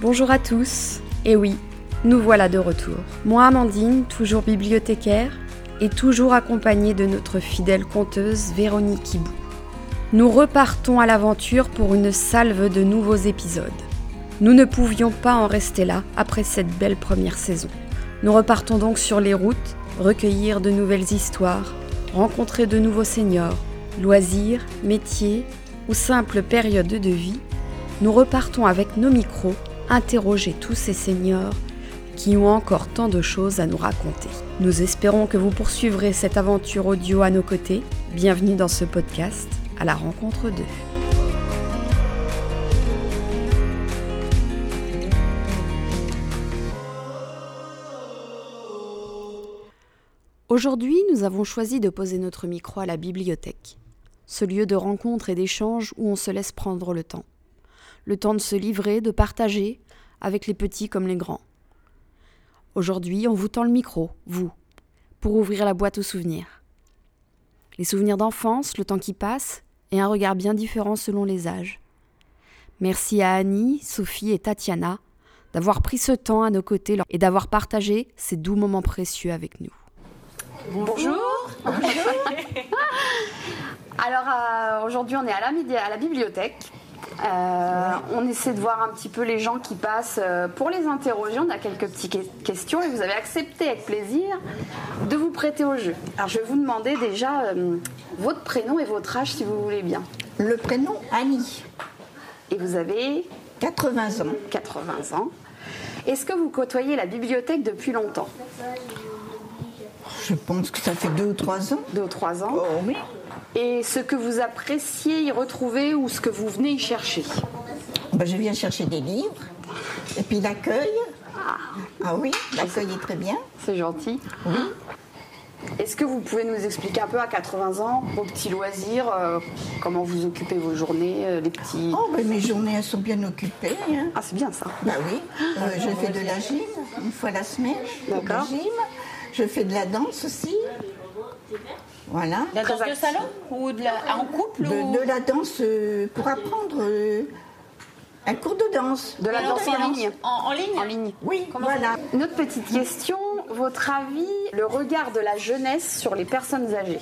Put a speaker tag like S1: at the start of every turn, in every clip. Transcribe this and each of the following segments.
S1: Bonjour à tous. Et oui, nous voilà de retour. Moi, Amandine, toujours bibliothécaire et toujours accompagnée de notre fidèle conteuse Véronique Hibou. Nous repartons à l'aventure pour une salve de nouveaux épisodes. Nous ne pouvions pas en rester là après cette belle première saison. Nous repartons donc sur les routes, recueillir de nouvelles histoires, rencontrer de nouveaux seniors, loisirs, métiers ou simples périodes de vie. Nous repartons avec nos micros, interroger tous ces seniors qui ont encore tant de choses à nous raconter. Nous espérons que vous poursuivrez cette aventure audio à nos côtés. Bienvenue dans ce podcast à la rencontre d'eux. Aujourd'hui, nous avons choisi de poser notre micro à la bibliothèque, ce lieu de rencontre et d'échange où on se laisse prendre le temps. Le temps de se livrer, de partager, avec les petits comme les grands. Aujourd'hui, on vous tend le micro, vous, pour ouvrir la boîte aux souvenirs. Les souvenirs d'enfance, le temps qui passe, et un regard bien différent selon les âges. Merci à Annie, Sophie et Tatiana d'avoir pris ce temps à nos côtés et d'avoir partagé ces doux moments précieux avec nous.
S2: Bonjour. Alors euh, aujourd'hui on est à la, midi- à la bibliothèque. Euh, on essaie de voir un petit peu les gens qui passent euh, pour les interroger. On a quelques petites que- questions et vous avez accepté avec plaisir de vous prêter au jeu. Alors je vais vous demander déjà euh, votre prénom et votre âge si vous voulez bien.
S3: Le prénom Annie,
S2: Et vous avez
S3: 80 ans.
S2: 80 ans. Est-ce que vous côtoyez la bibliothèque depuis longtemps
S3: Je pense que ça fait deux ou trois ans.
S2: Deux ou trois ans
S3: Oh oui.
S2: Et ce que vous appréciez y retrouver ou ce que vous venez y chercher
S3: Ben, je viens chercher des livres. Et puis l'accueil. Ah oui, l'accueil est très bien.
S2: C'est gentil. Est-ce que vous pouvez nous expliquer un peu à 80 ans vos petits loisirs, euh, comment vous occupez vos journées, euh, les petits.
S3: Oh, ben, mes journées elles sont bien occupées. hein.
S2: Ah, c'est bien ça.
S3: Ben oui, euh, je fais de la gym une fois la semaine. de la
S2: D'accord.
S3: gym. Je fais de la danse aussi. Voilà.
S4: La danse
S2: Très
S4: de
S2: actif.
S4: salon ou de la- en couple ou...
S3: De, de la danse euh, pour apprendre euh, un cours de danse.
S2: De la
S4: Non,
S2: danse
S4: mais
S2: en ligne.
S4: En, en ligne
S2: En ligne.
S3: Oui, voilà.
S2: Une autre petite question, votre avis, le regard de la jeunesse sur les personnes âgées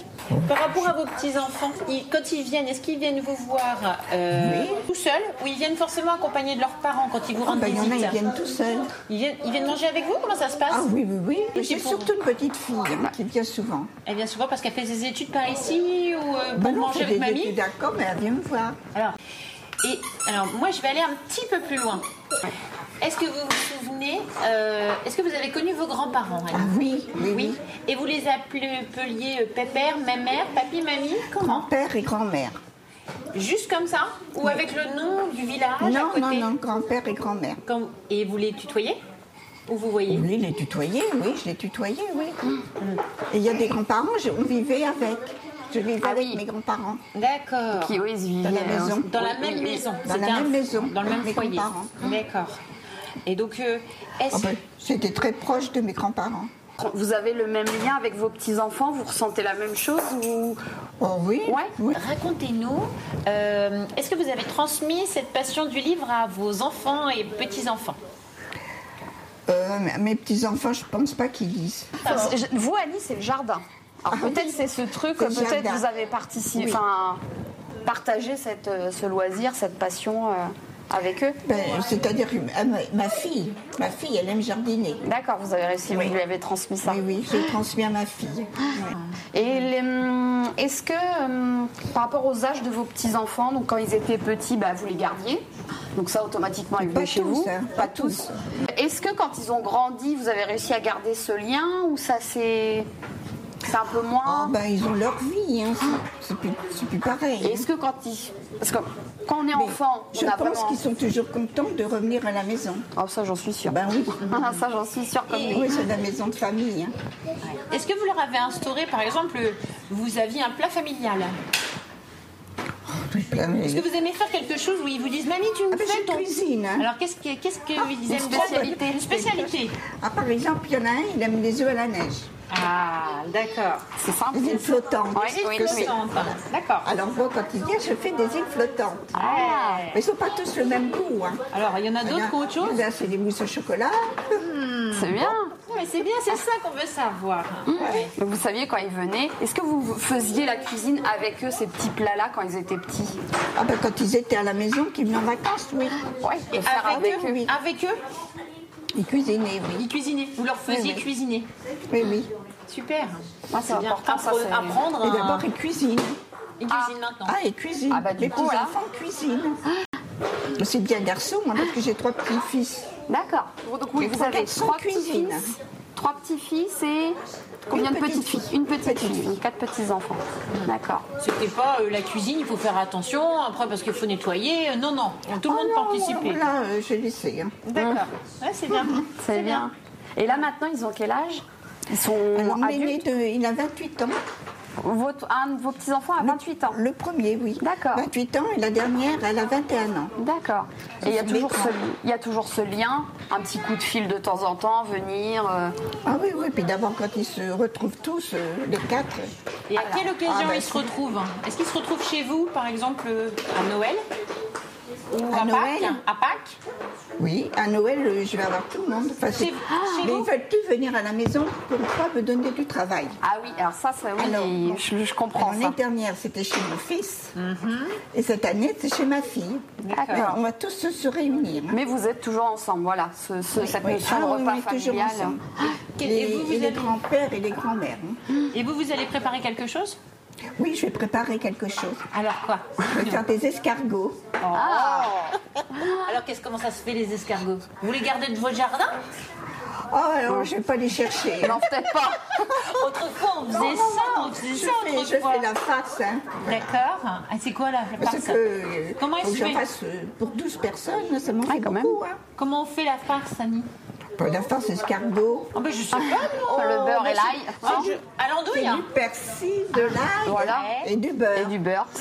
S4: Par rapport à vos petits-enfants, ils- quand ils viennent, est-ce qu'ils viennent vous voir euh, tout seuls ou ils viennent forcément accompagnés de leurs parents quand ils vous rendent
S3: Ben, il y en
S4: visite
S3: a, ils viennent tout seuls.
S4: Ils viennent- ils viennent manger avec vous Comment ça se passe
S3: Ah oui, oui, oui.
S4: Et
S3: J'ai
S4: c'est pour- Ah,
S3: surtout une petite fille hein, qui vient souvent.
S4: Elle vient souvent parce qu'elle fait ses études par ici ou euh, pour
S3: Bah non,
S4: manger
S3: j'ai des
S4: avec mamie
S3: études d'accord, mais elle vient me voir.
S4: Alors, et, alors, moi, je vais aller un petit peu plus loin. Est-ce que vous vous souvenez, euh, est-ce que vous avez connu vos grands-parents Annie
S3: Ah oui, oui,
S4: Oui.
S3: oui.
S4: Et vous les appeliez euh, pépère, mamère, papy, mamie Comment
S3: Grand-père et grand-mère.
S4: Juste comme ça Ou avec le nom du village Ah, à
S3: Non,
S4: côté
S3: non, non, grand-père et grand-mère.
S4: Quand- et vous les tutoyez Ou vous voyez
S3: Lui, il est tutoyé, oui, je l'ai tutoyé, oui. Et il y a des grands-parents, je- on vivait avec. Je vivais avec
S2: oui.
S3: mes grands-parents
S4: D'accord.
S2: Qui, eux, ils vivaient
S3: dans la
S2: euh,
S3: maison.
S4: Ah Dans la même
S2: oui.
S4: maison.
S3: Dans la
S4: C'était
S3: même maison,
S4: Dans le même
S3: mes
S4: foyer.
S3: grands-parents. Hein.
S4: D'accord. Et donc, euh, est-ce
S3: Ah ben, J'étais très proche de mes grands-parents.
S2: Vous avez le même lien avec vos petits-enfants Vous ressentez la même chose ou...
S3: Oh oui,
S2: Ouais.
S3: oui.
S4: Racontez-nous, euh, est-ce que vous avez transmis cette passion du livre à vos enfants et petits-enfants
S3: Euh, mes- mes petits-enfants, je pense pas qu'ils lisent.
S2: Je- Vous, Annie, c'est le jardin. Alors
S3: Ah oui.
S2: peut-être c'est ce truc,
S3: C'est le
S2: peut-être
S3: jardin.
S2: vous avez participé,
S3: Oui.
S2: enfin partagé cette, euh, ce loisir, cette passion euh, avec eux.
S3: Ben, C'est-à-dire que ma, ma fille, ma fille, elle aime jardiner.
S2: D'accord, vous avez réussi,
S3: Oui.
S2: vous lui avez transmis ça.
S3: Oui, oui, j'ai transmis à ma fille.
S2: Et les, hum, est-ce que hum, par rapport aux âges de vos petits enfants, donc quand ils étaient petits, bah, vous les gardiez, donc ça automatiquement ils
S3: Pas
S2: venaient chez
S3: tous,
S2: vous,
S3: hein,
S2: pas
S3: pas
S2: tous. Est-ce que quand ils ont grandi, vous avez réussi à garder ce lien ou ça c'est c'est un peu
S3: Ah
S2: moins
S3: ben ils ont leur vie, hein. c'est c'est plus, c'est plus pareil.
S2: Et Est-ce que quand ils... Parce que quand on est
S3: bah, Mais
S2: enfant,
S3: je
S2: on a
S3: pense
S2: vraiment...
S3: qu'ils sont toujours contents de revenir à la maison.
S2: Ah, ça j'en suis sûre.
S3: Ben oui,
S2: Ah, ça j'en suis sûre comme
S3: oui c'est la maison de famille. hein.
S4: Est-ce que vous leur avez instauré, par exemple, euh, vous aviez un plat familial Est-ce que vous aimez faire quelque chose où ils vous disent Mamie, tu me
S3: Ah ben,
S4: fais
S3: je
S4: ton.
S3: cuisine, hein.
S4: Alors qu'est-ce que- qu'est-ce qu'ils
S3: Ah,
S4: aiment
S3: une
S4: faire
S3: spécialité.
S4: Une spécialité.
S3: Ah, par exemple, il y en a un, il aime les œufs à la neige.
S4: Ah, d'accord.
S2: C'est simple.
S3: Des îles flottantes.
S2: Ouais.
S4: Île
S2: Oui,
S4: flottante. D'accord.
S3: Alors moi, quand il vient, je fais des îles flottantes.
S2: Ah
S4: Ouais.
S3: Mais ils sont pas tous le même goût. Hein.
S4: Alors, il y en a
S3: Il y
S4: d'autres
S3: en
S4: qui ont autre
S3: il
S4: chose
S3: y en a, c'est des mousses au chocolat.
S2: C'est bien.
S4: Non, Mais c'est bien, c'est ça qu'on veut savoir.
S2: Donc, vous saviez quand ils venaient. Est-ce que vous faisiez la cuisine avec eux, ces petits plats-là, quand ils étaient petits
S3: Ah ben quand ils étaient à la maison, qu'ils venaient en vacances, oui.
S2: Ouais, de faire
S4: Avec,
S2: avec
S4: eux,
S2: eux.
S4: avec eux,
S3: Ils cuisinaient, oui.
S4: ils cuisinaient. Vous leur faisiez
S3: Oui, oui.
S4: cuisiner.
S3: Oui, oui.
S4: Super.
S2: Ah, c'est important, ça,
S4: Appre-
S2: c'est-
S4: apprendre.
S3: Et
S4: un-
S3: d'abord, ils cuisinent.
S4: Ils cuisinent maintenant.
S3: Ah, ils cuisinent.
S2: Ah bah, du
S3: Les
S2: coup,
S3: petits
S2: voilà.
S3: enfants cuisinent. C'est bien garçon, moi, parce que j'ai trois petits-fils.
S2: D'accord. Donc oui,
S3: Donc,
S2: vous avez
S3: regarde son
S2: trois
S3: cuisine.
S2: petits-fils, trois petits-fils et combien
S3: Une
S2: de petites
S3: petite
S2: filles
S3: fille.
S2: Une petite
S3: Petite
S2: fille,
S3: fille.
S2: donc quatre petits-enfants. D'accord.
S4: C'était pas euh, la cuisine, il faut faire attention, après parce qu'il faut nettoyer. Euh, Non, non,
S3: Oh
S2: Ah
S4: tout le monde
S3: non,
S4: participait.
S3: Là, euh, j'ai laissé. hein.
S4: D'accord. Ouais, c'est bien.
S2: C'est bien. Et là maintenant, ils ont quel âge Ils sont
S3: Alors, l'aîné
S2: adultes.
S3: de- il a 28 ans.
S2: Votre- un de vos petits-enfants a 28 ans.
S3: Le premier, oui.
S2: D'accord.
S3: 28 ans et la dernière, elle a 21 ans.
S2: D'accord. Et il y, a
S3: Mais
S2: toujours ce,
S3: quand-
S2: il y a toujours ce lien, un petit coup de fil de temps en temps, venir. euh,
S3: Ah oui, oui. Puis d'abord, quand ils se retrouvent tous, euh, les quatre,
S4: Et à quelle occasion
S3: Ah, bah,
S4: ils se retrouvent Est-ce qu'ils se retrouvent chez vous, par exemple, euh, à Noël Ou
S3: À
S4: à, Pâques
S3: Noël
S4: À Pâques
S3: oui, à Noël, euh, je vais avoir tout le monde. Enfin, c'est-
S4: Chez- chez
S3: mais
S4: vous
S3: ils veulent tous venir à la maison pour pas me donner du travail.
S2: Ah oui, alors ça, c'est oui,
S3: Alors,
S2: mais je, je comprends
S3: L'année
S2: ça.
S3: dernière, c'était chez mon fils.
S4: Mhm.
S3: Et cette année, c'est chez ma fille.
S2: D'accord.
S3: Alors, on va tous se se réunir. hein.
S2: Mais vous êtes toujours ensemble, voilà, ce, ce- cette
S3: Oui.
S2: notion
S3: Ah
S2: de
S3: oui,
S2: repas
S3: on est toujours
S2: familial.
S3: ensemble.
S4: hein. Ah, Et
S3: Les-
S4: vous, vous
S3: et les
S4: avez-
S3: grands-pères et les grands-mères. hein.
S4: Et vous, vous allez préparer quelque chose
S3: Oui, je vais préparer quelque chose.
S4: Alors quoi
S3: Je vais faire des escargots.
S4: Alors qu'est-ce comment ça se fait les escargots Vous les gardez de votre jardin
S3: Oh, alors, je vais pas les chercher.
S2: Non, peut-être pas.
S4: Autrefois on faisait ça, on faisait
S3: Je
S4: ça
S3: fais, je
S4: autrefois.
S3: fais la face. hein,
S4: D'accord. Ah, c'est quoi la la
S3: parce
S4: farce
S3: que euh,
S4: Comment
S3: faut
S4: elle
S3: que
S4: se
S3: je
S4: fait
S3: fasse euh, pour 12 personnes, ça m'en
S2: Ah,
S3: fait
S2: quand même.
S3: beaucoup. hein.
S4: Comment on fait la farce, Annie
S3: Pas la farce escargot.
S4: Ah ben je sais pas.
S3: Oh,
S4: moi. Ah, ben,
S2: le beurre
S4: Moi,
S2: et
S4: c'est-
S2: l'ail.
S4: c'est du- À l'andouille.
S3: C'est
S4: hein.
S3: du persil, de l'ail
S2: Voilà.
S3: et du beurre.
S2: Et du beurre.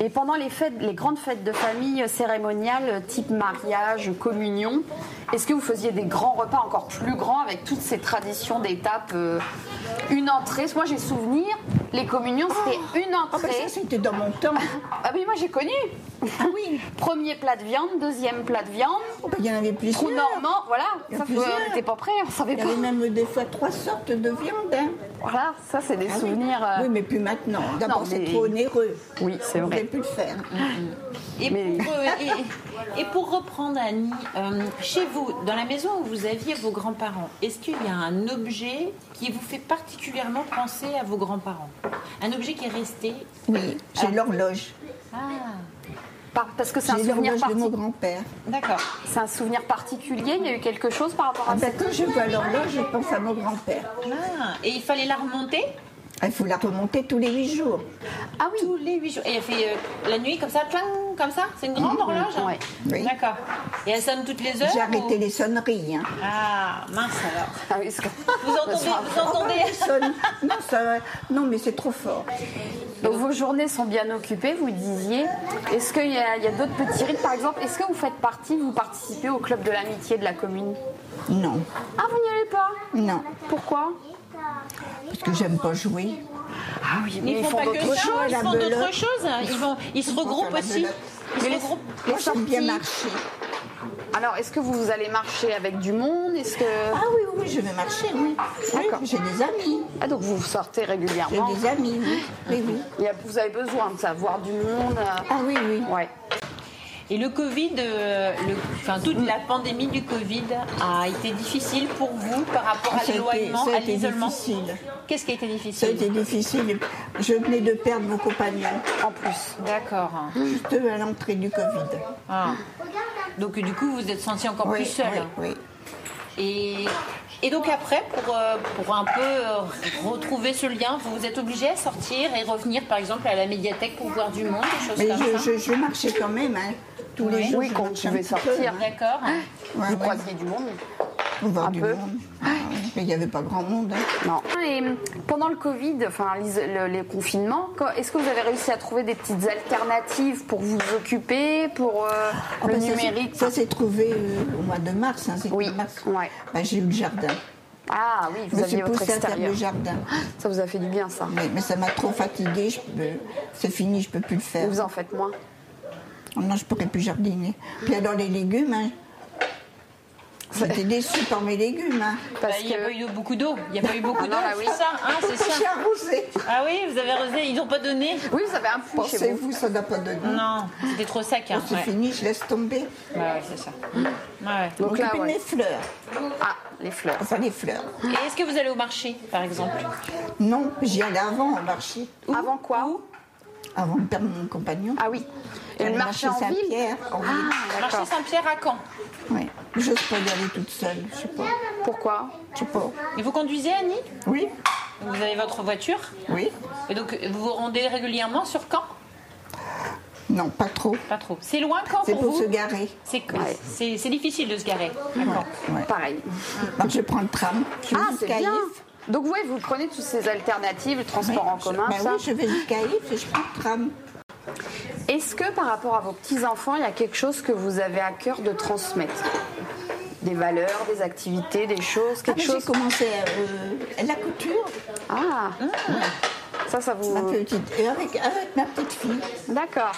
S2: Et pendant les fêtes, les grandes fêtes de famille cérémoniales, type mariage, communion, est-ce que vous faisiez des grands repas encore plus grands avec toutes ces traditions d'étapes euh, Une entrée Parce que Moi, j'ai souvenir, les communions, c'était une
S3: Ah, ben,
S2: entrée.
S3: ça, Ah c'était dans mon temps.
S2: Ah oui, moi, j'ai connu. oui. Premier plat de viande, deuxième plat de viande,
S3: Oh, ben, Il y en avait
S2: trou
S3: plusieurs.
S2: normand, voilà.
S3: Il y a
S2: Ça, faut-
S3: plusieurs.
S2: on n'était pas prêts, on savait
S3: Il y
S2: pas.
S3: avait même des fois trois sortes de viande. hein.
S2: Voilà, ça, c'est des
S3: Ah oui.
S2: souvenirs. euh,
S3: Oui, mais plus maintenant. D'abord,
S2: Non,
S3: c'est
S2: mais-
S3: trop onéreux.
S2: Oui, c'est
S3: On ne
S2: vrai.
S3: pouvait plus le faire.
S4: Et, pour, euh, et- et pour reprendre Annie, euh, chez vous, dans la maison où vous aviez vos grands-parents, est-ce qu'il y a un objet qui vous fait particulièrement penser à vos grands-parents Un objet qui est resté
S3: Oui, j'ai
S4: Ah.
S3: l'horloge.
S4: Ah,
S2: par- Parce que c'est un
S3: J'ai
S2: souvenir
S3: l'horloge de
S2: parti-
S3: mon grand-père.
S4: d'accord.
S2: C'est un souvenir particulier, il y a eu quelque chose par rapport
S3: Ah,
S2: à ça
S3: ben, quand je vois l'horloge, je pense à mon grand-père.
S4: Ah, et il fallait la remonter
S3: Ah, Il faut la remonter tous les huit jours.
S2: Oh.
S4: Ah oui. Tous les huit jours. Et elle fait euh, la nuit comme ça, tling, comme ça C'est une grande horloge hein
S2: ouais.
S3: Oui.
S4: D'accord. Et elle sonne toutes les heures
S3: J'ai arrêté
S4: ou-
S3: les sonneries. hein.
S4: Ah, mince alors.
S2: Ah oui, parce que-
S4: Vous entendez, vous
S3: Oh,
S4: entendez
S3: bah, sonne. non, ça- non, mais c'est trop fort.
S2: Donc, vos journées sont bien occupées, vous disiez. Est-ce qu'il y a, il y a d'autres petits rites, par exemple Est-ce que vous faites partie, vous participez au club de l'amitié de la commune
S3: Non,
S2: Ah, vous n'y allez pas
S3: non,
S2: Pourquoi
S3: parce que j'aime pas jouer.
S2: Ah oui,
S4: Ils, font, pas que
S3: d'autres
S4: ça,
S3: choses,
S4: ils
S3: la
S4: font d'autres
S3: belote.
S4: choses. Ils, vont, ils se regroupent
S3: faire la
S4: aussi.
S3: belote.
S4: Ils se
S2: Mais les-
S4: regroupent.
S3: Moi,
S4: Les
S3: j'aime bien
S4: sorties.
S3: marcher.
S2: Alors, est-ce que vous, vous allez marcher avec du monde Est-ce que
S3: Ah oui, oui, oui, je vais marcher, oui.
S2: D'accord.
S3: Oui, J'ai des amis.
S2: Ah, donc vous sortez
S3: J'ai
S2: régulièrement
S3: des amis, oui. Oui, oui.
S2: Il y a- Vous avez besoin de ça, voir du monde. euh,
S3: Ah oui, oui.
S2: Ouais.
S4: Et le Covid, euh, le- enfin toute la pandémie du Covid a été difficile pour vous par rapport à
S3: Ça a été-
S4: l'éloignement,
S3: ça a
S4: à
S3: été
S4: l'isolement.
S3: difficile.
S4: Qu'est-ce qui a été
S3: Ça a
S4: difficile
S3: été difficile. Je venais de perdre mon compagnon,
S2: En plus.
S4: D'accord.
S3: juste à l'entrée du Covid.
S4: Ah. Donc du coup, vous êtes senti encore
S3: Oui,
S4: plus seul.
S3: oui, oui.
S4: Et, et donc après, pour, euh, pour un peu euh, retrouver ce lien, vous vous êtes obligé à sortir et revenir par exemple à la médiathèque pour voir du monde, des choses
S3: Mais
S4: comme
S3: je,
S4: ça.
S3: je, je marchais quand même, hein. tous les jours.
S2: Oui,
S3: je
S2: quand
S3: marchais
S2: tu
S3: un
S2: veux
S3: petit peu,
S2: sortir.
S3: hein.
S4: D'accord.
S3: Ouais,
S2: vous
S3: ouais.
S2: croisiez du monde
S3: Pour voir
S2: un
S3: du
S2: peu.
S3: monde. Ah oui, Mais il n'y avait pas grand monde. hein.
S2: Non. Et hum, pendant le Covid, enfin l'iso- le- les confinements, quand- est-ce que vous avez réussi à trouver des petites alternatives pour vous occuper, pour euh,
S3: Ah
S2: le
S3: ben, ça, c'est-
S2: numérique
S3: Ça s'est trouvé euh, au mois de mars. hein, c'était
S2: Oui,
S3: mars.
S2: ouais.
S3: Ben, j'ai eu le jardin.
S2: Ah oui,
S3: Je
S2: vous
S3: me suis
S2: aviez votre
S3: poussée à faire
S2: extérieur.
S3: le jardin.
S2: Ça vous a fait du bien, ça.
S3: Mais, mais ça m'a trop fatiguée. je peux- C'est fini, je peux plus le
S2: Et
S3: faire.
S2: Vous en faites moins.
S4: Bah,
S3: Non, je pourrais plus jardiner. Puis alors les légumes, hein, j'étais déçue par mes légumes. Hein.
S4: Bah,
S2: Parce
S4: Il n'y a
S2: que-
S4: pas eu beaucoup d'eau. Il n'y a pas eu beaucoup
S2: Ah
S4: d'eau.
S2: non, là, oui.
S4: C'est ça, hein, c'est
S3: J'ai
S4: ça.
S3: arrosé.
S4: Ah oui, vous avez rosé. Ils n'ont pas donné.
S2: Oui, vous avez un puits chez vous.
S3: Pensez-vous, ça n'a pas de goût.
S4: Non, c'était trop sec. Hein.
S3: Oh, C'est
S4: ouais.
S3: fini, je laisse tomber.
S4: Ouais, ouais, c'est ça. Ouais,
S3: Donc
S2: Donc là, ouais.
S3: mes fleurs.
S2: Ah, les fleurs.
S3: Enfin, les fleurs.
S4: ouais. Et est-ce que vous allez au marché, par exemple
S3: Non, j'y allais avant au marché,
S2: Avant quoi
S3: avant de perdre mon compagnon.
S2: Ah oui. Et
S3: J'allais
S2: le marché en ville
S3: Saint-Pierre, en ville.
S2: Ah,
S4: Marché
S2: d'accord.
S4: Saint-Pierre à Caen.
S3: Ouais. J'ose pas y aller toute seule, je sais pas.
S2: Pourquoi
S3: Je sais pas.
S4: Et vous conduisez, Annie
S3: Oui,
S4: Vous avez votre voiture.
S3: oui.
S4: Et donc, vous vous rendez régulièrement sur Caen
S3: Non, pas trop.
S4: Pas trop. C'est loin Caen
S3: C'est
S4: pour
S3: pour
S4: vous
S3: se garer.
S4: C'est c'est- c'est difficile de se garer à Caen.
S3: Ouais.
S2: Pareil.
S3: Donc je prends le tram. Je vais
S2: Ah, c'est
S3: jusqu'à
S2: bien.
S3: Yves.
S2: Donc oui, vous prenez toutes ces alternatives, le
S3: Ouais.
S2: transport en commun,
S3: Je- bah
S2: ça.
S3: oui, je vais jusqu'à Yves et je prends le tram.
S2: Est-ce que par rapport à vos petits-enfants, il y a quelque chose que vous avez à cœur de transmettre Des valeurs, des activités, des
S3: Ah,
S2: choses,
S3: mais
S2: quelque
S3: J'ai
S2: chose
S3: commencé euh, la couture,
S2: Ah Ça, ça vous...
S3: ma petite, et avec, avec ma petite fille.
S2: D'accord.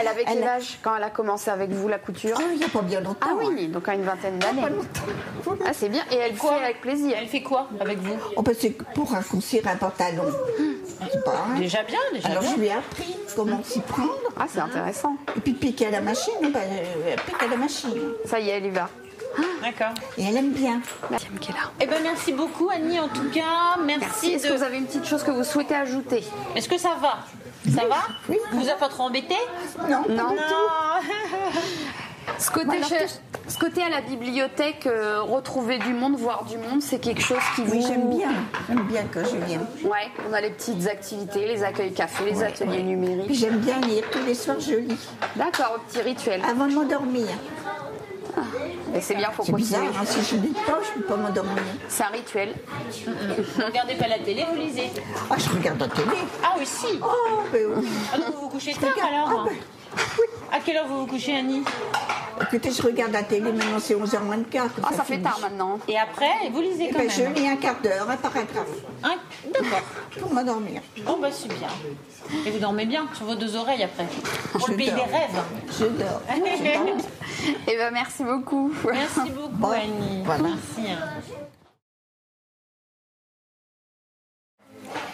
S2: Elle avait quel
S3: Elle-
S2: âge quand elle a commencé avec vous la couture
S3: Ah, il n'y a pas bien longtemps.
S2: Ah
S3: hein.
S2: oui, donc à une vingtaine d'années.
S3: Pas longtemps.
S2: Ah, c'est bien. Et elle le fait
S4: Quoi
S2: avec plaisir.
S4: Elle fait quoi avec vous
S3: Oh, bah, c'est pour raccourcir un pantalon. C'est pas, hein.
S4: Déjà bien, déjà
S3: Alors
S4: bien.
S3: je lui ai appris comment s'y prendre.
S2: Ah, c'est intéressant.
S3: Et puis piquer à la machine, bah, euh, pique à la machine.
S2: Ça y est, elle y va.
S4: D'accord.
S3: Et elle aime bien.
S2: Deuxième qui est là.
S4: Eh ben merci beaucoup Annie en tout cas. Merci,
S2: Est-ce
S4: de.
S2: que vous avez une petite chose que vous souhaitez ajouter
S4: Est-ce que ça va Ça va
S3: Oui.
S4: Vous a pas trop embêté
S3: Non, pas
S2: Non.
S3: du tout.
S2: Ce côté,
S3: alors,
S2: chez- ce côté à la bibliothèque, euh, retrouver du monde, voir du monde, c'est quelque chose qui vous...
S3: Oui, j'aime bien. J'aime bien que je viens.
S2: Ouais, on a les petites activités, les accueils café, les ateliers
S3: Puis
S2: numériques.
S3: j'aime bien lire. Tous les soirs, je lis.
S2: D'accord, petit rituel.
S3: Avant de m'endormir.
S2: Et c'est bien, faut
S3: C'est
S2: continuer.
S3: bizarre, hein, si je lis pas, je ne peux pas m'endormir.
S2: C'est un rituel.
S4: Vous regardez pas la télé, vous lisez.
S3: Ah, je regarde la télé.
S4: Ah oui si.
S3: Oh, mais oui.
S4: Ah, donc vous vous couchez
S3: Je
S4: tard
S3: regarde-
S4: alors.
S3: ah,
S4: hein. À quelle heure vous vous couchez Annie
S3: ben, écoutez, je regarde la télé, maintenant c'est 11h moins le quart. que
S2: Ah, ça fait
S3: finit.
S2: tard maintenant.
S4: Et après vous lisez
S3: Eh
S4: quand
S3: ben, je
S4: même.
S3: lis un quart d'heure, un paragraphe,
S4: Hein D'accord.
S3: pour m'endormir.
S2: Ah,
S4: Bon bah c'est bien. Et vous dormez bien sur vos deux oreilles après. Pour
S3: Je
S4: le pays des
S3: dors.
S4: rêves.
S3: Je dors. Je dors.
S2: Eh ben, merci beaucoup.
S4: Merci beaucoup
S3: Bon,
S4: Annie.
S3: voilà.
S4: Merci. hein.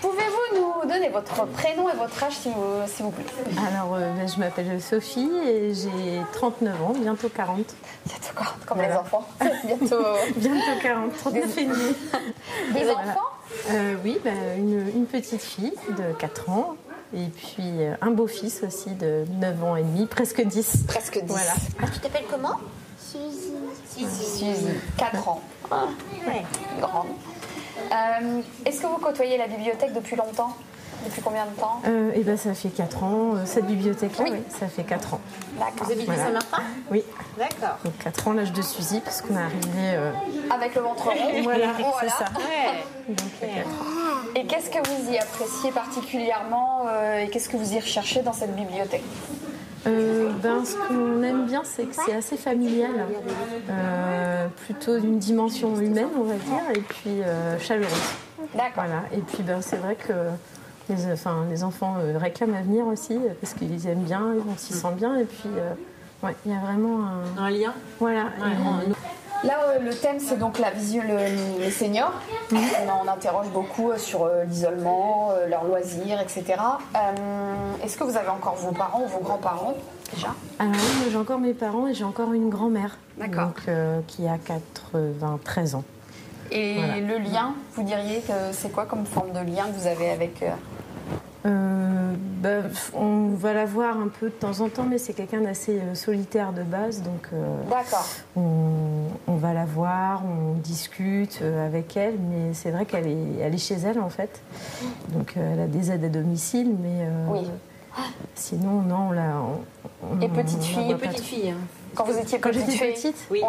S2: Pouvez-vous nous donner votre prénom et votre âge, s'il vous, s'il vous plaît
S5: Alors, euh, ben, je m'appelle Sophie et j'ai 39 ans, bientôt 40.
S2: Bientôt 40, comme les enfants. Bientôt.
S5: Bientôt 40, 39 et demi.
S2: Des
S5: Voilà.
S2: enfants
S5: Euh, Oui, ben, une, une petite fille de 4 ans et puis euh, un beau-fils aussi de 9 ans et demi, presque 10.
S2: Presque 10.
S5: Voilà.
S2: Tu t'appelles comment Suzy. Suzy. 4 ans. Grande. Ah, Euh, Est-ce que vous côtoyez la bibliothèque depuis longtemps Depuis combien de temps
S5: Euh, et ben, ça fait 4 ans, euh, cette bibliothèque-là,
S2: Oui.
S5: ouais, ça fait 4 ans.
S2: D'accord.
S5: Voilà. Oui,
S4: D'accord.
S5: donc 4 ans l'âge de Suzy, parce qu'on est arrivé. euh,
S2: Avec le ventre rond.
S5: voilà, c'est
S2: Voilà.
S5: ça.
S4: Ouais.
S2: Et qu'est-ce que vous y appréciez particulièrement euh, et qu'est-ce que vous y recherchez dans cette bibliothèque
S5: Euh, ben, ce qu'on aime bien, c'est que c'est assez familial, Euh, plutôt d'une dimension humaine, on va dire, et puis euh, chaleureuse.
S2: D'accord.
S5: Voilà. Et puis, ben, c'est vrai que les, enfin, les enfants euh, réclament à venir aussi, euh, parce qu'ils aiment bien, on s'y sent bien, et puis, euh, ouais, il y a vraiment un.
S4: Un lien.
S5: Voilà.
S2: Là, euh, le thème, c'est donc la vision les seniors.
S5: Mhm.
S2: On, en- on interroge beaucoup euh, sur euh, l'isolement, euh, leurs loisirs, etc. Euh, Est-ce que vous avez encore vos parents ou vos grands-parents déjà
S5: Alors, oui, moi, j'ai encore mes parents et j'ai encore une grand-mère.
S2: D'accord.
S5: Donc, euh, qui a 93 ans.
S2: Et
S5: Voilà.
S2: le lien, vous diriez que c'est quoi comme forme de lien que vous avez avec... euh,
S5: Euh, ben, on va la voir un peu de temps en temps, mais c'est quelqu'un d'assez euh, solitaire de base, donc euh,
S2: D'accord.
S5: on, on va la voir, on discute euh, avec elle, mais c'est vrai qu'elle est, elle est chez elle en fait, donc euh, elle a des aides à domicile, mais euh,
S2: Oui.
S5: sinon non, on la. on- on-
S2: Et petite
S5: on la
S2: fille,
S5: voit pas
S4: Petite
S5: trop.
S4: fille. hein.
S2: Quand vous étiez
S5: Quand
S2: petite
S5: j'étais
S2: fille
S5: petite,
S4: Oui.
S2: Ouais,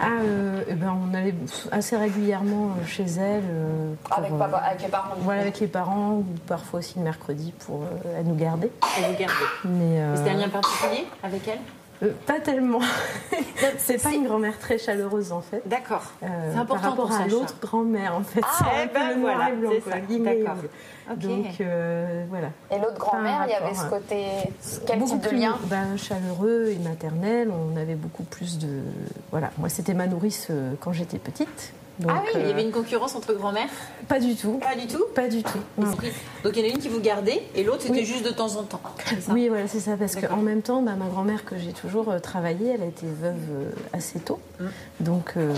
S5: ah, euh, eh ben, on allait assez régulièrement euh, chez elle. euh, pour,
S2: avec,
S5: euh,
S2: papa, avec les parents.
S5: Voilà, avec les parents ou parfois aussi le mercredi pour euh, à nous garder.
S4: Et vous gardez.
S5: Mais, euh,
S4: C'était un lien particulier avec elle
S5: Euh, pas tellement. c'est pas une grand-mère très chaleureuse en fait.
S4: D'accord.
S5: Euh,
S4: c'est important
S5: par rapport
S4: qu'on
S5: à
S4: sache
S5: l'autre grand-mère en fait.
S4: Ah,
S5: C'est un
S4: eh
S5: peu
S4: ben
S5: le noir
S4: voilà,
S5: et blanc,
S4: c'est
S5: quoi,
S4: ça.
S5: guillemets et
S4: D'accord.
S5: bleu.
S4: Ok.
S5: Donc euh, voilà.
S2: Et l'autre grand-mère, il y avait ce
S5: rapport,
S2: côté. Quel
S5: beaucoup
S2: type de
S5: plus
S2: lien
S5: ben, chaleureux et maternel. On avait beaucoup plus de voilà. Moi c'était ma nourrice euh, quand j'étais petite. Donc,
S4: Ah oui, il y
S5: euh,
S4: avait une concurrence entre grand-mères
S5: pas du tout.
S4: Pas du tout
S5: Pas du tout. non.
S4: Esprit. Donc il y en a une qui vous gardait et l'autre c'était
S5: Oui.
S4: juste de temps en temps. c'est ça
S5: Oui, voilà, c'est ça. Parce
S4: D'accord.
S5: qu'en même temps, bah, ma grand-mère que j'ai toujours euh, travaillé, elle a été veuve euh, assez tôt.
S2: Mm.
S5: Donc, euh,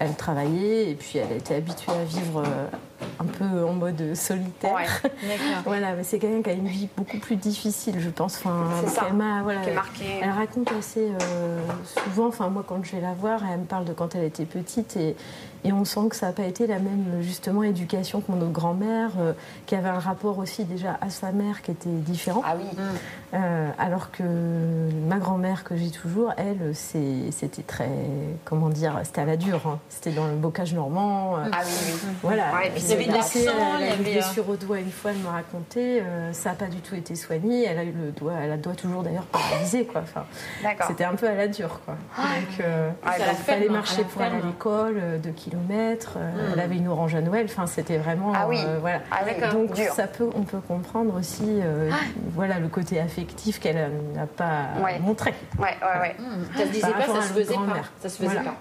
S5: elle travaillait et puis elle était habituée à vivre euh, un peu en mode solitaire.
S4: D'accord.
S5: Voilà, mais c'est quelqu'un qui a une vie beaucoup plus difficile, je pense. Enfin,
S2: C'est
S5: parce
S2: ça,
S5: qu'elle m'a- voilà,
S2: qui est marquée.
S5: Elle raconte assez euh, souvent, enfin moi quand je vais la voir, elle me parle de quand elle était petite et, et on sent que ça n'a pas été la même justement éducation que mon autre grand-mère, euh, qui avait un rapport aussi déjà à sa mère qui était différent.
S2: Ah oui.
S5: Euh, alors que ma grand-mère que j'ai toujours, elle, c'est- c'était très, comment dire, c'était à la dure. hein. C'était dans le bocage normand. euh,
S2: Ah oui, oui.
S5: voilà.
S2: Ouais, et puis il
S5: Elle
S2: y avait de
S5: s'est blessée,
S4: l'accent,
S5: Elle
S4: il y
S5: a eu une
S4: avait, euh,
S5: blessure au doigt une fois, elle me racontait. euh, ça n'a pas du tout été soigné. Elle a eu le doigt, elle a le doigt toujours d'ailleurs paralysé quoi. Enfin,
S2: D'accord.
S5: c'était un peu à la dure quoi. Donc, euh,
S2: Ah,
S4: C'est à la
S5: il fallait
S4: ferme, hein, à
S5: marcher
S4: la
S5: pour aller à
S4: ferme.
S5: l'école, euh, deux kilomètres. euh, Elle avait une orange à Noël. Enfin, c'était vraiment.
S2: Hmm. Ah oui.
S5: euh, voilà.
S2: Ah oui,
S5: Donc
S2: dur. Ah.
S5: ça peut, on peut comprendre aussi, euh, voilà, le côté affectif qu'elle euh, n'a pas
S2: Ouais.
S5: montré.
S2: Ouais, ouais, ouais.
S5: Mm.
S4: Ça se disait
S5: Par
S4: pas,
S5: rapport
S4: ça
S5: à
S4: se
S5: l'autre
S4: faisait pas.
S5: grand-mère.
S4: Ça se faisait
S5: Voilà.
S4: pas.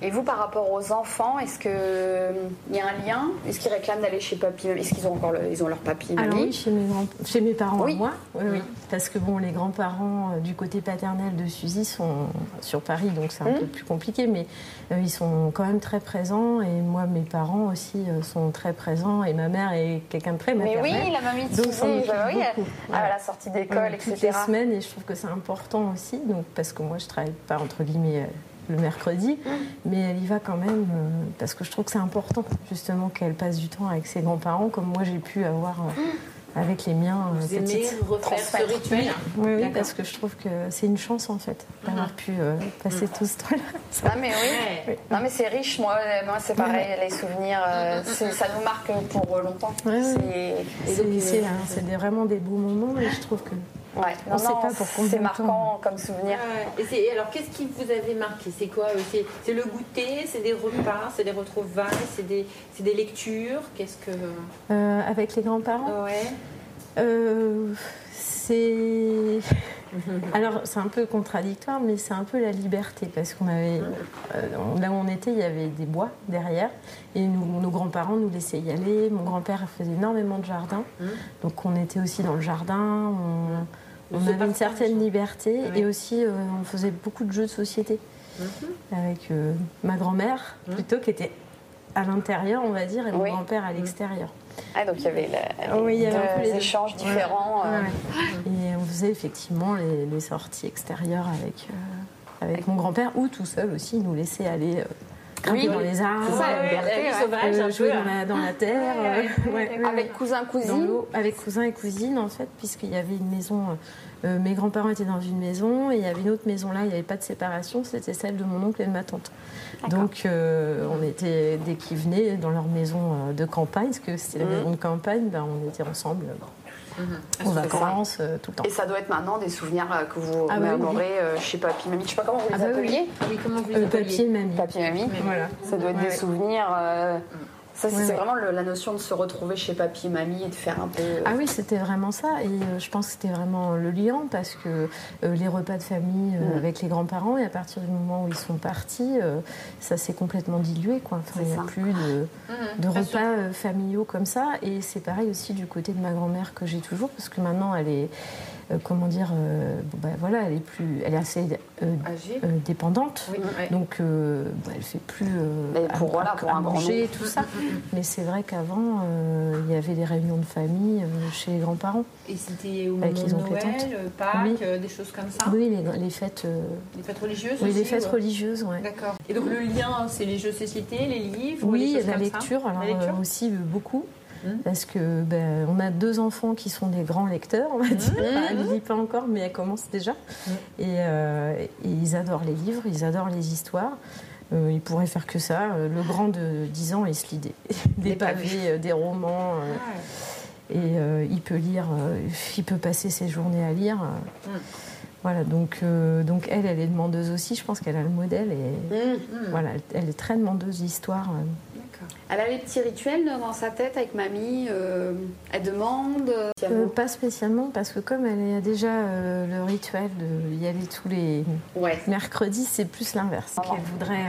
S2: Et vous, par rapport aux enfants, est-ce que euh, il y a un lien Est-ce qu'ils réclament d'aller chez papy Est-ce qu'ils ont encore le- ils ont leur papy mamie
S5: Alors Ah oui, chez mes, grands- chez mes parents
S2: Ah Oui. Hmm.
S5: à moi, oui, oui. parce que bon, les grands-parents euh, du côté paternel de Suzy sont sur Paris, donc c'est un
S2: Hmm.
S5: peu plus compliqué, mais euh, ils sont quand même très présents, et moi, mes parents aussi euh, sont très présents, et ma mère est quelqu'un de très
S2: Mais
S5: maternel.
S2: oui, la mamie de
S5: Donc, ça
S2: Suzy,
S5: m'occupe
S2: bah oui,
S5: beaucoup.
S2: à
S5: Ouais.
S2: la sortie d'école,
S5: Voilà, toutes
S2: etc.
S5: les semaines et je trouve que c'est important aussi donc parce que moi je travaille pas entre guillemets euh, le mercredi
S4: Mm.
S5: mais elle y va quand même euh, parce que je trouve que c'est important justement qu'elle passe du temps avec ses grands-parents comme moi j'ai pu avoir euh, avec les miens euh,
S4: Mm. Vous aimez
S5: petites.
S4: refaire ce
S2: Transmettre.
S4: rituel
S5: Oui, oui,
S4: D'accord. Mm.
S5: parce que je trouve que c'est une chance en fait d'avoir pu euh, passer tout ce temps-là.
S2: Non mais oui.
S4: Ouais.
S2: Non mais c'est riche, moi, euh, moi c'est pareil, les souvenirs,
S5: Mm,
S2: euh, c'est- ça nous marque pour euh, longtemps.
S5: Ouais, ouais.
S2: C'est-
S5: C'est
S4: euh,
S5: c'est, hein, c'est des- vraiment des beaux moments et je trouve que
S2: Ouais.
S5: On
S2: Non,
S5: sait
S2: non,
S5: pas pour combien
S2: c'est
S5: de temps.
S2: marquant comme souvenir.
S4: Ouais. Et c'est- et alors, qu'est-ce qui vous avait marqué C'est quoi euh, C'est c'est le goûter C'est des repas C'est des retrouvailles C'est des, c'est des lectures Qu'est-ce que.
S5: euh, avec les grands-parents.
S4: Ouais.
S5: Euh, c'est. Alors, c'est un peu contradictoire, mais c'est un peu la liberté, parce qu'on avait. euh, on- là où on était, il y avait des bois derrière, et nous- nos grands-parents nous laissaient y aller. Mon grand-père faisait énormément de jardin, donc on était aussi dans le jardin, on,
S4: Le
S5: on avait
S4: parcours,
S5: une certaine
S4: déjà.
S5: liberté,
S4: Ouais.
S5: et aussi euh, on faisait beaucoup de jeux de société avec euh, ma grand-mère, plutôt, qui était à l'intérieur, on va dire, et mon
S2: Oui.
S5: grand-père à l'extérieur.
S2: Ah, donc il y avait la-
S5: Ah oui, il y avait un peu
S2: deux
S5: les deux.
S2: échanges différents.
S5: Ouais,
S2: euh,
S5: ouais. Et on faisait effectivement les, les sorties extérieures avec, euh, avec mon grand-père ou tout seul aussi, il nous laissait aller euh, grimper
S4: Oui,
S5: dans les arbres,
S4: C'est ça, la
S5: euh,
S4: liberté, la vie sauvage,
S5: euh,
S4: un
S5: jouer
S4: peu,
S5: dans
S4: hein.
S5: la, dans la terre, euh, ouais, ouais,
S2: Avec cousin,
S5: dans
S2: cousine.
S5: l'eau, avec cousins et cousines en fait, puisqu'il y avait une maison, euh, euh, mes grands-parents étaient dans une maison et il y avait une autre maison là, il n'y avait pas de séparation, c'était celle de mon oncle et de ma tante. Donc euh, on était, dès qu'ils venaient dans leur maison euh, de campagne, parce que c'était la maison de campagne, ben, on était ensemble euh, aux vacances euh, tout le temps.
S2: Et ça doit être maintenant des souvenirs euh, que vous
S5: Ah bah oui.
S2: mémorez euh, chez papy, mamie. Je sais pas comment vous les
S5: bah oui.
S2: appeliez.
S4: Oui, comment vous les
S5: Euh,
S4: appeliez
S5: papier, mamie.
S2: Papy, mamie.
S5: Voilà.
S2: Ça doit être
S5: Ouais,
S2: des
S5: ouais.
S2: souvenirs. euh, Ça, c'est
S5: Ouais,
S2: c'est
S5: ouais.
S2: vraiment le- la notion de se retrouver chez papy, mamie et de faire un peu. euh,
S5: Ah oui, c'était vraiment ça. Et euh, je pense que c'était vraiment le lien parce que euh, les repas de famille euh, avec les grands-parents, et à partir du moment où ils sont partis, euh, ça s'est complètement dilué. Quoi. Enfin, il n'y
S2: ça.
S5: a plus de, de
S4: pas
S5: repas
S4: sûr.
S5: euh, familiaux comme ça. Et c'est pareil aussi du côté de ma grand-mère que j'ai toujours parce que maintenant, elle est. euh, comment dire, euh, bon, bah, voilà, elle est plus, elle est assez euh,
S4: Âgé
S5: euh, dépendante.
S4: Oui, Ah, ouais.
S5: Donc, euh, bah, elle fait plus euh,
S2: Mais pour,
S5: à,
S2: voilà,
S5: à-
S2: pour
S5: à
S2: un grand
S5: manger tout ça. Mais c'est vrai qu'avant, euh, il y avait des réunions de famille euh, chez les grands-parents.
S4: Et c'était au moment
S5: Avec les
S4: de
S5: oncles et
S4: Noël,
S5: tantes.
S4: euh, Pâques,
S5: Oui.
S4: euh, des choses comme ça
S5: Oui, les, les fêtes, euh,
S4: Les fêtes religieuses
S5: oui,
S4: aussi,
S5: les fêtes
S4: ouais.
S5: religieuses, ouais.
S4: D'accord. Et donc le lien, c'est les jeux de société, les livres
S5: Oui,
S4: les choses
S5: la
S4: comme ça
S5: lecture, alors
S4: La lecture
S5: euh, aussi euh, beaucoup.
S4: Mhm.
S5: Parce que ben, on a deux enfants qui sont des grands lecteurs, on va dire. Elle ne lit pas encore, mais elle commence déjà. Et, euh, et ils adorent les livres, ils adorent les histoires. Euh, ils pourraient faire que ça. Euh, Le grand de 10 ans, il se lit des, des pavés, euh, des romans. euh,
S4: Ah, ouais.
S5: et euh, il peut lire, euh, il peut passer ses journées à lire. euh, Voilà, donc, euh, donc elle, elle est demandeuse aussi. Je pense qu'elle a le modèle et voilà, elle- elle est très demandeuse d'histoire. euh.
S4: Elle a les petits rituels euh, dans sa tête avec mamie. euh, elle demande. euh,
S5: Euh, pas spécialement parce que comme elle a déjà euh, le rituel de y aller tous les
S4: ouais.
S5: mercredis, c'est plus l'inverse. Elle voudrait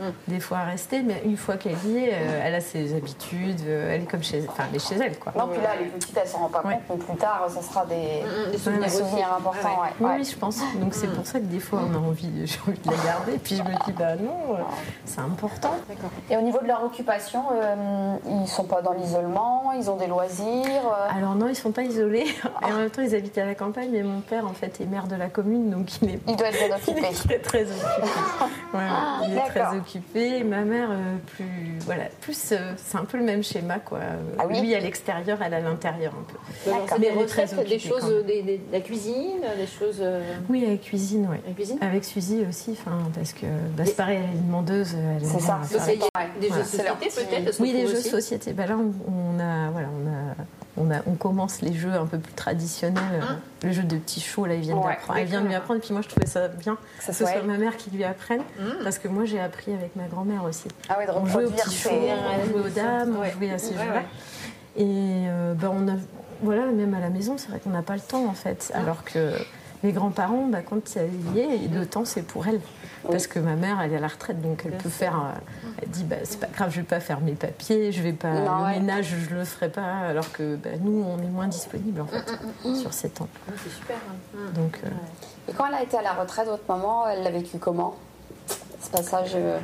S5: euh, des fois rester, mais une fois qu'elle y est, euh, elle a ses habitudes. euh, elle est comme chez, enfin, elle est chez elle quoi.
S2: Non, puis là, les petites, elles s'en rendent pas
S5: Ouais.
S2: compte, mais plus tard, ça sera des,
S4: Mm,
S6: des
S2: des
S6: souvenirs,
S2: souvenirs importants. ouais.
S5: Oui,
S2: Ouais.
S5: oui, je pense. Donc c'est pour ça que des fois on a envie, de- j'ai envie de la garder, puis je me dis bah non, euh, c'est important.
S2: Et au niveau de leur occupation, euh, ils sont pas dans l'isolement, ils ont des loisirs. euh,
S5: Alors non, ils sont pas isolés. Et en même temps, ils habitent à la campagne, mais mon père en fait est maire de la commune, donc il est
S2: Ils doivent être bien
S5: Il
S2: occupés.
S5: est très, très occupé. Ouais, il est
S2: Ah, d'accord.
S5: très occupé. Ma mère, euh, plus, voilà, plus, euh, c'est un peu le même schéma, quoi.
S2: Ah oui Mm.
S5: Lui à l'extérieur, elle à l'intérieur un peu.
S2: D'accord.
S5: Mais
S6: Des
S5: elle est très
S6: recettes,
S5: occupée
S6: des
S5: quand
S6: choses,
S5: même.
S6: des, des- de la cuisine, des choses. euh,
S5: Oui, avec cuisine, oui.
S6: La cuisine
S5: Avec Suzy aussi, enfin, parce que bah, c'est pareil, elle est demandeuse. elle aime
S2: C'est ça.
S5: bien
S6: Donc,
S5: faire
S6: il y a Des
S5: Voilà.
S6: jeux de société peut-être parce qu'on
S5: Oui, les
S6: trouve
S5: jeux de
S6: aussi.
S5: société. Bah là, on, on a, voilà, on a, on a, on commence les jeux un peu plus traditionnels.
S6: Hein
S5: le jeu de petits shows, là, ils viennent
S2: Ouais,
S5: d'apprendre. Elle vient de lui apprendre. Puis moi, je trouvais ça bien que ce
S2: Ouais.
S5: soit ma mère qui lui apprenne, parce que moi, j'ai appris avec ma grand-mère aussi.
S2: Ah oui, de
S5: On jouait aux
S2: reproduire.
S5: petits shows,
S2: c'est-
S5: on jouait aux dames, on jouait à ces jeux-là. Et euh, bah, on a, voilà, même à la maison, c'est vrai qu'on n'a pas le temps en fait. Alors que les grands-parents, bah, quand elle y est, le temps c'est pour elle. Parce que ma mère, elle est à la retraite, donc elle peut faire. euh, elle dit, bah, c'est pas grave, je vais pas faire mes papiers, je vais pas.
S4: Non,
S5: le
S4: ouais.
S5: ménage, je le ferai pas. Alors que bah, nous, on est moins disponibles en fait sur ces temps.
S6: C'est super. hein.
S5: Donc, euh,
S4: Et quand elle a été à la retraite, votre maman, elle l'a vécu comment Ce passage. euh,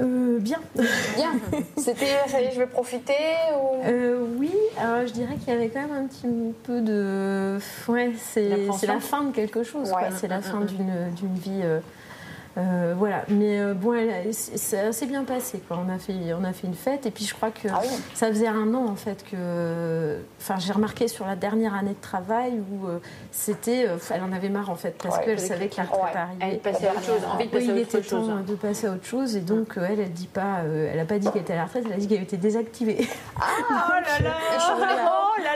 S5: euh, bien.
S4: Bien
S2: C'était, euh, ça y est, je vais profiter ou...
S5: Euh, oui, alors je dirais qu'il y avait quand même un petit peu de. Ouais, c'est
S6: D'appréhension.
S5: c'est la fin de quelque chose,
S2: Ouais.
S5: quoi. c'est la fin d'une d'une vie. euh, euh, voilà, mais euh, bon, elle a- c'est c'est assez bien passé. Quoi. On, a fait, on a fait une fête, et puis je crois que
S2: Ah oui.
S5: ça faisait un an en fait que. Enfin, j'ai remarqué sur la dernière année de travail où euh, c'était. euh, elle en avait marre en fait, parce
S2: Ouais.
S5: qu'elle savait que la retraite
S2: Ouais.
S5: arrivait.
S6: Elle passait à autre chose, envie de
S5: Oui,
S6: passer
S5: il
S6: à
S5: était
S6: autre chose. hein.
S5: temps de passer à autre chose et donc euh, elle, elle dit pas, euh, elle a pas dit qu'elle était à la retraite, elle a dit qu'elle était désactivée. Ah oh là là, oh là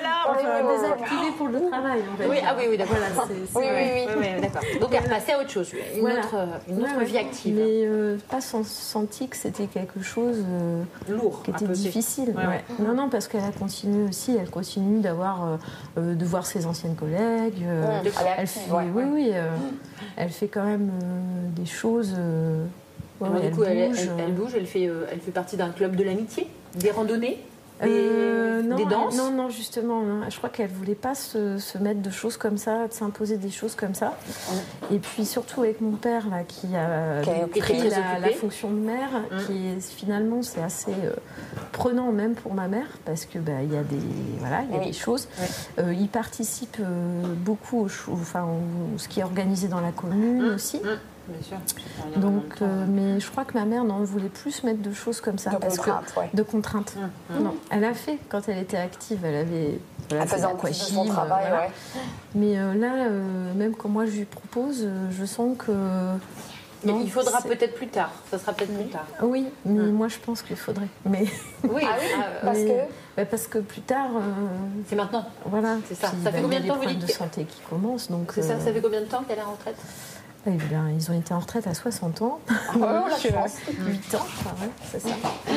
S5: là,
S2: oui, oui, oui.
S5: désactivée pour le travail. En fait.
S6: Oui, ah oui, oui, d'accord.
S5: Voilà, c'est- c'est-
S2: Oui, oui, oui.
S6: Ouais, d'accord. Donc elle repassait à autre chose, une
S5: Voilà.
S6: autre, euh, une autre
S5: Ouais, ouais.
S6: vie active.
S5: Mais euh, pas sans senti que c'était quelque chose euh,
S6: Lourd,
S5: qui
S6: un
S5: était
S6: peu, c'est-
S5: difficile.
S6: Ouais, ouais.
S5: Non, non, parce qu'elle a continué aussi, elle continue d'avoir, euh, euh, de voir ses anciennes collègues. euh,
S2: Mmh, elle est
S5: Elle
S2: active,
S5: fait,
S2: ouais.
S5: oui, oui, euh, elle fait quand même euh, des choses. euh, ouais,
S6: Alors, du coup, elle,
S5: bouge,
S6: elle- elle bouge, elle fait, euh, elle fait partie d'un club de l'amitié, des randonnées, des,
S5: Euh, non,
S6: des
S5: elle-
S6: danses.
S5: Non, non, justement, non. je crois qu'elle voulait pas se, se mettre de choses comme ça, de s'imposer des choses comme ça. Et puis surtout avec mon père là, qui a
S2: Qui a
S5: donc
S6: été
S5: pris
S6: très
S5: la,
S6: occupé. Hum.
S5: la fonction de mère, qui est, finalement c'est assez euh, prenant même pour ma mère parce que bah, il y a des voilà, il y a
S2: Oui.
S5: des choses. Euh, il participe euh, beaucoup, au, cho- enfin, au- ce qui est organisé dans la commune
S6: Hum.
S5: aussi.
S6: Bien sûr.
S5: Donc, euh, mais je crois que ma mère n'en voulait plus se mettre de choses comme ça.
S2: De
S5: parce que-
S2: contraintes, ouais.
S5: De contraintes.
S6: Hum,
S5: Non, elle a fait quand elle était active. Elle avait. voilà,
S2: Elle
S5: fait
S2: faisait en
S5: de
S2: plus de son
S5: l'aquagym,
S2: travail,
S5: voilà.
S2: ouais.
S5: Mais euh, là, euh, même quand moi je lui propose, euh, je sens que.
S6: Mais
S5: non,
S6: il faudra
S5: c'est-
S6: peut-être plus tard. Ça sera peut-être Hum. plus tard.
S5: Oui, mais moi je pense qu'il faudrait. Mais
S6: Oui.
S2: Ah oui,
S6: ah,
S2: parce
S5: mais-
S2: que
S5: bah, parce que plus tard, euh,
S6: c'est maintenant.
S5: voilà.
S6: C'est ça.
S5: Puis, bah,
S6: Ça fait
S5: il y a
S6: combien de
S5: les
S6: temps, vous
S5: problèmes
S6: dites
S5: de
S6: que-
S5: santé qui commencent, donc.
S6: C'est ça.
S5: euh,
S6: Ça fait combien de temps qu'elle est en retraite
S5: eh bien, ils ont été en retraite à 60 ans.
S2: oh, la chance.
S5: 8 ans, enfin, ouais, c'est ça. Ouais.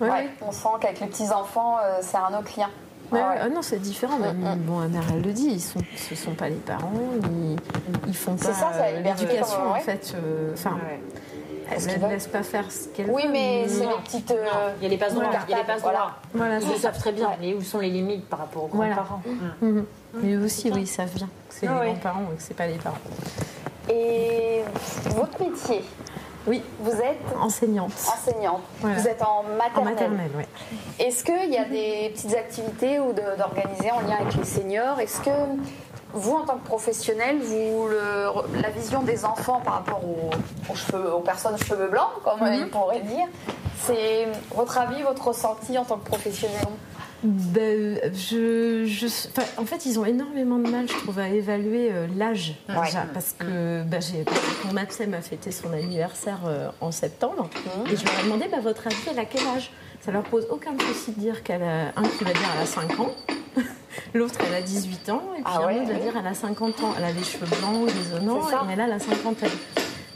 S5: Ouais,
S2: Ouais,
S5: ouais.
S2: on sent qu'avec les petits-enfants, euh, c'est un autre lien.
S5: Ouais,
S2: Ah
S5: ouais.
S2: ouais.
S5: Ah non, c'est différent. mais Bon, ma mère, elle le dit, ils sont, ce sont pas les parents, ils, ils font
S2: C'est
S5: pas
S2: ça, ça
S5: euh,
S2: liberté,
S5: l'éducation
S2: comme, ouais.
S5: en fait. euh, Enfin, elle
S2: qu'ils
S5: ne
S2: veulent.
S5: laisse pas faire ce qu'elle
S2: Oui,
S5: veut,
S2: mais c'est
S6: Non.
S2: les petites. euh,
S6: Non, Il y a les passes
S2: voilà.
S6: droits. Il y a les passes
S2: Voilà.
S6: droits.
S5: Voilà,
S6: Ils
S5: c'est
S6: le savent très bien.
S2: Ouais.
S6: Mais où sont les limites par rapport aux
S5: Voilà.
S6: grands-parents Hum.
S5: Mhm. Mais eux aussi, oui, ils savent bien que c'est
S6: Ah
S5: les
S6: ouais.
S5: grands-parents et que c'est pas les parents.
S2: Et votre métier,
S5: Oui,
S2: vous êtes
S5: enseignante.
S2: enseignante,
S5: Voilà.
S2: vous êtes en
S5: En
S2: Ah, maternelle.
S5: maternelle, oui.
S2: Est-ce qu'il y a des petites activités ou de- d'organiser en lien avec les seniors Est-ce que vous, en tant que professionnel, vous le- la vision des enfants par rapport aux, aux cheveux, aux personnes cheveux blancs, comme euh, ils pourraient dire, c'est votre avis, votre ressenti en tant que professionnel
S5: Ben, euh, je, je, enfin, en fait, ils ont énormément de mal, je trouve, à évaluer euh, l'âge déjà, parce que ben, j'ai, mon absem a fêté son anniversaire euh, en septembre,
S7: Mmh.
S5: et je leur ai demandé, ben, votre avis, elle a quel âge Ça leur pose aucun souci de dire qu'elle a un qui va dire elle a 5 ans, L'autre, elle a 18 ans, et puis
S7: Ah ouais,
S5: un autre, je veux
S7: ouais.
S5: dire, elle a 50 ans. Elle a les cheveux blancs, résonnants,
S7: C'est ça.
S5: et elle a la cinquantaine.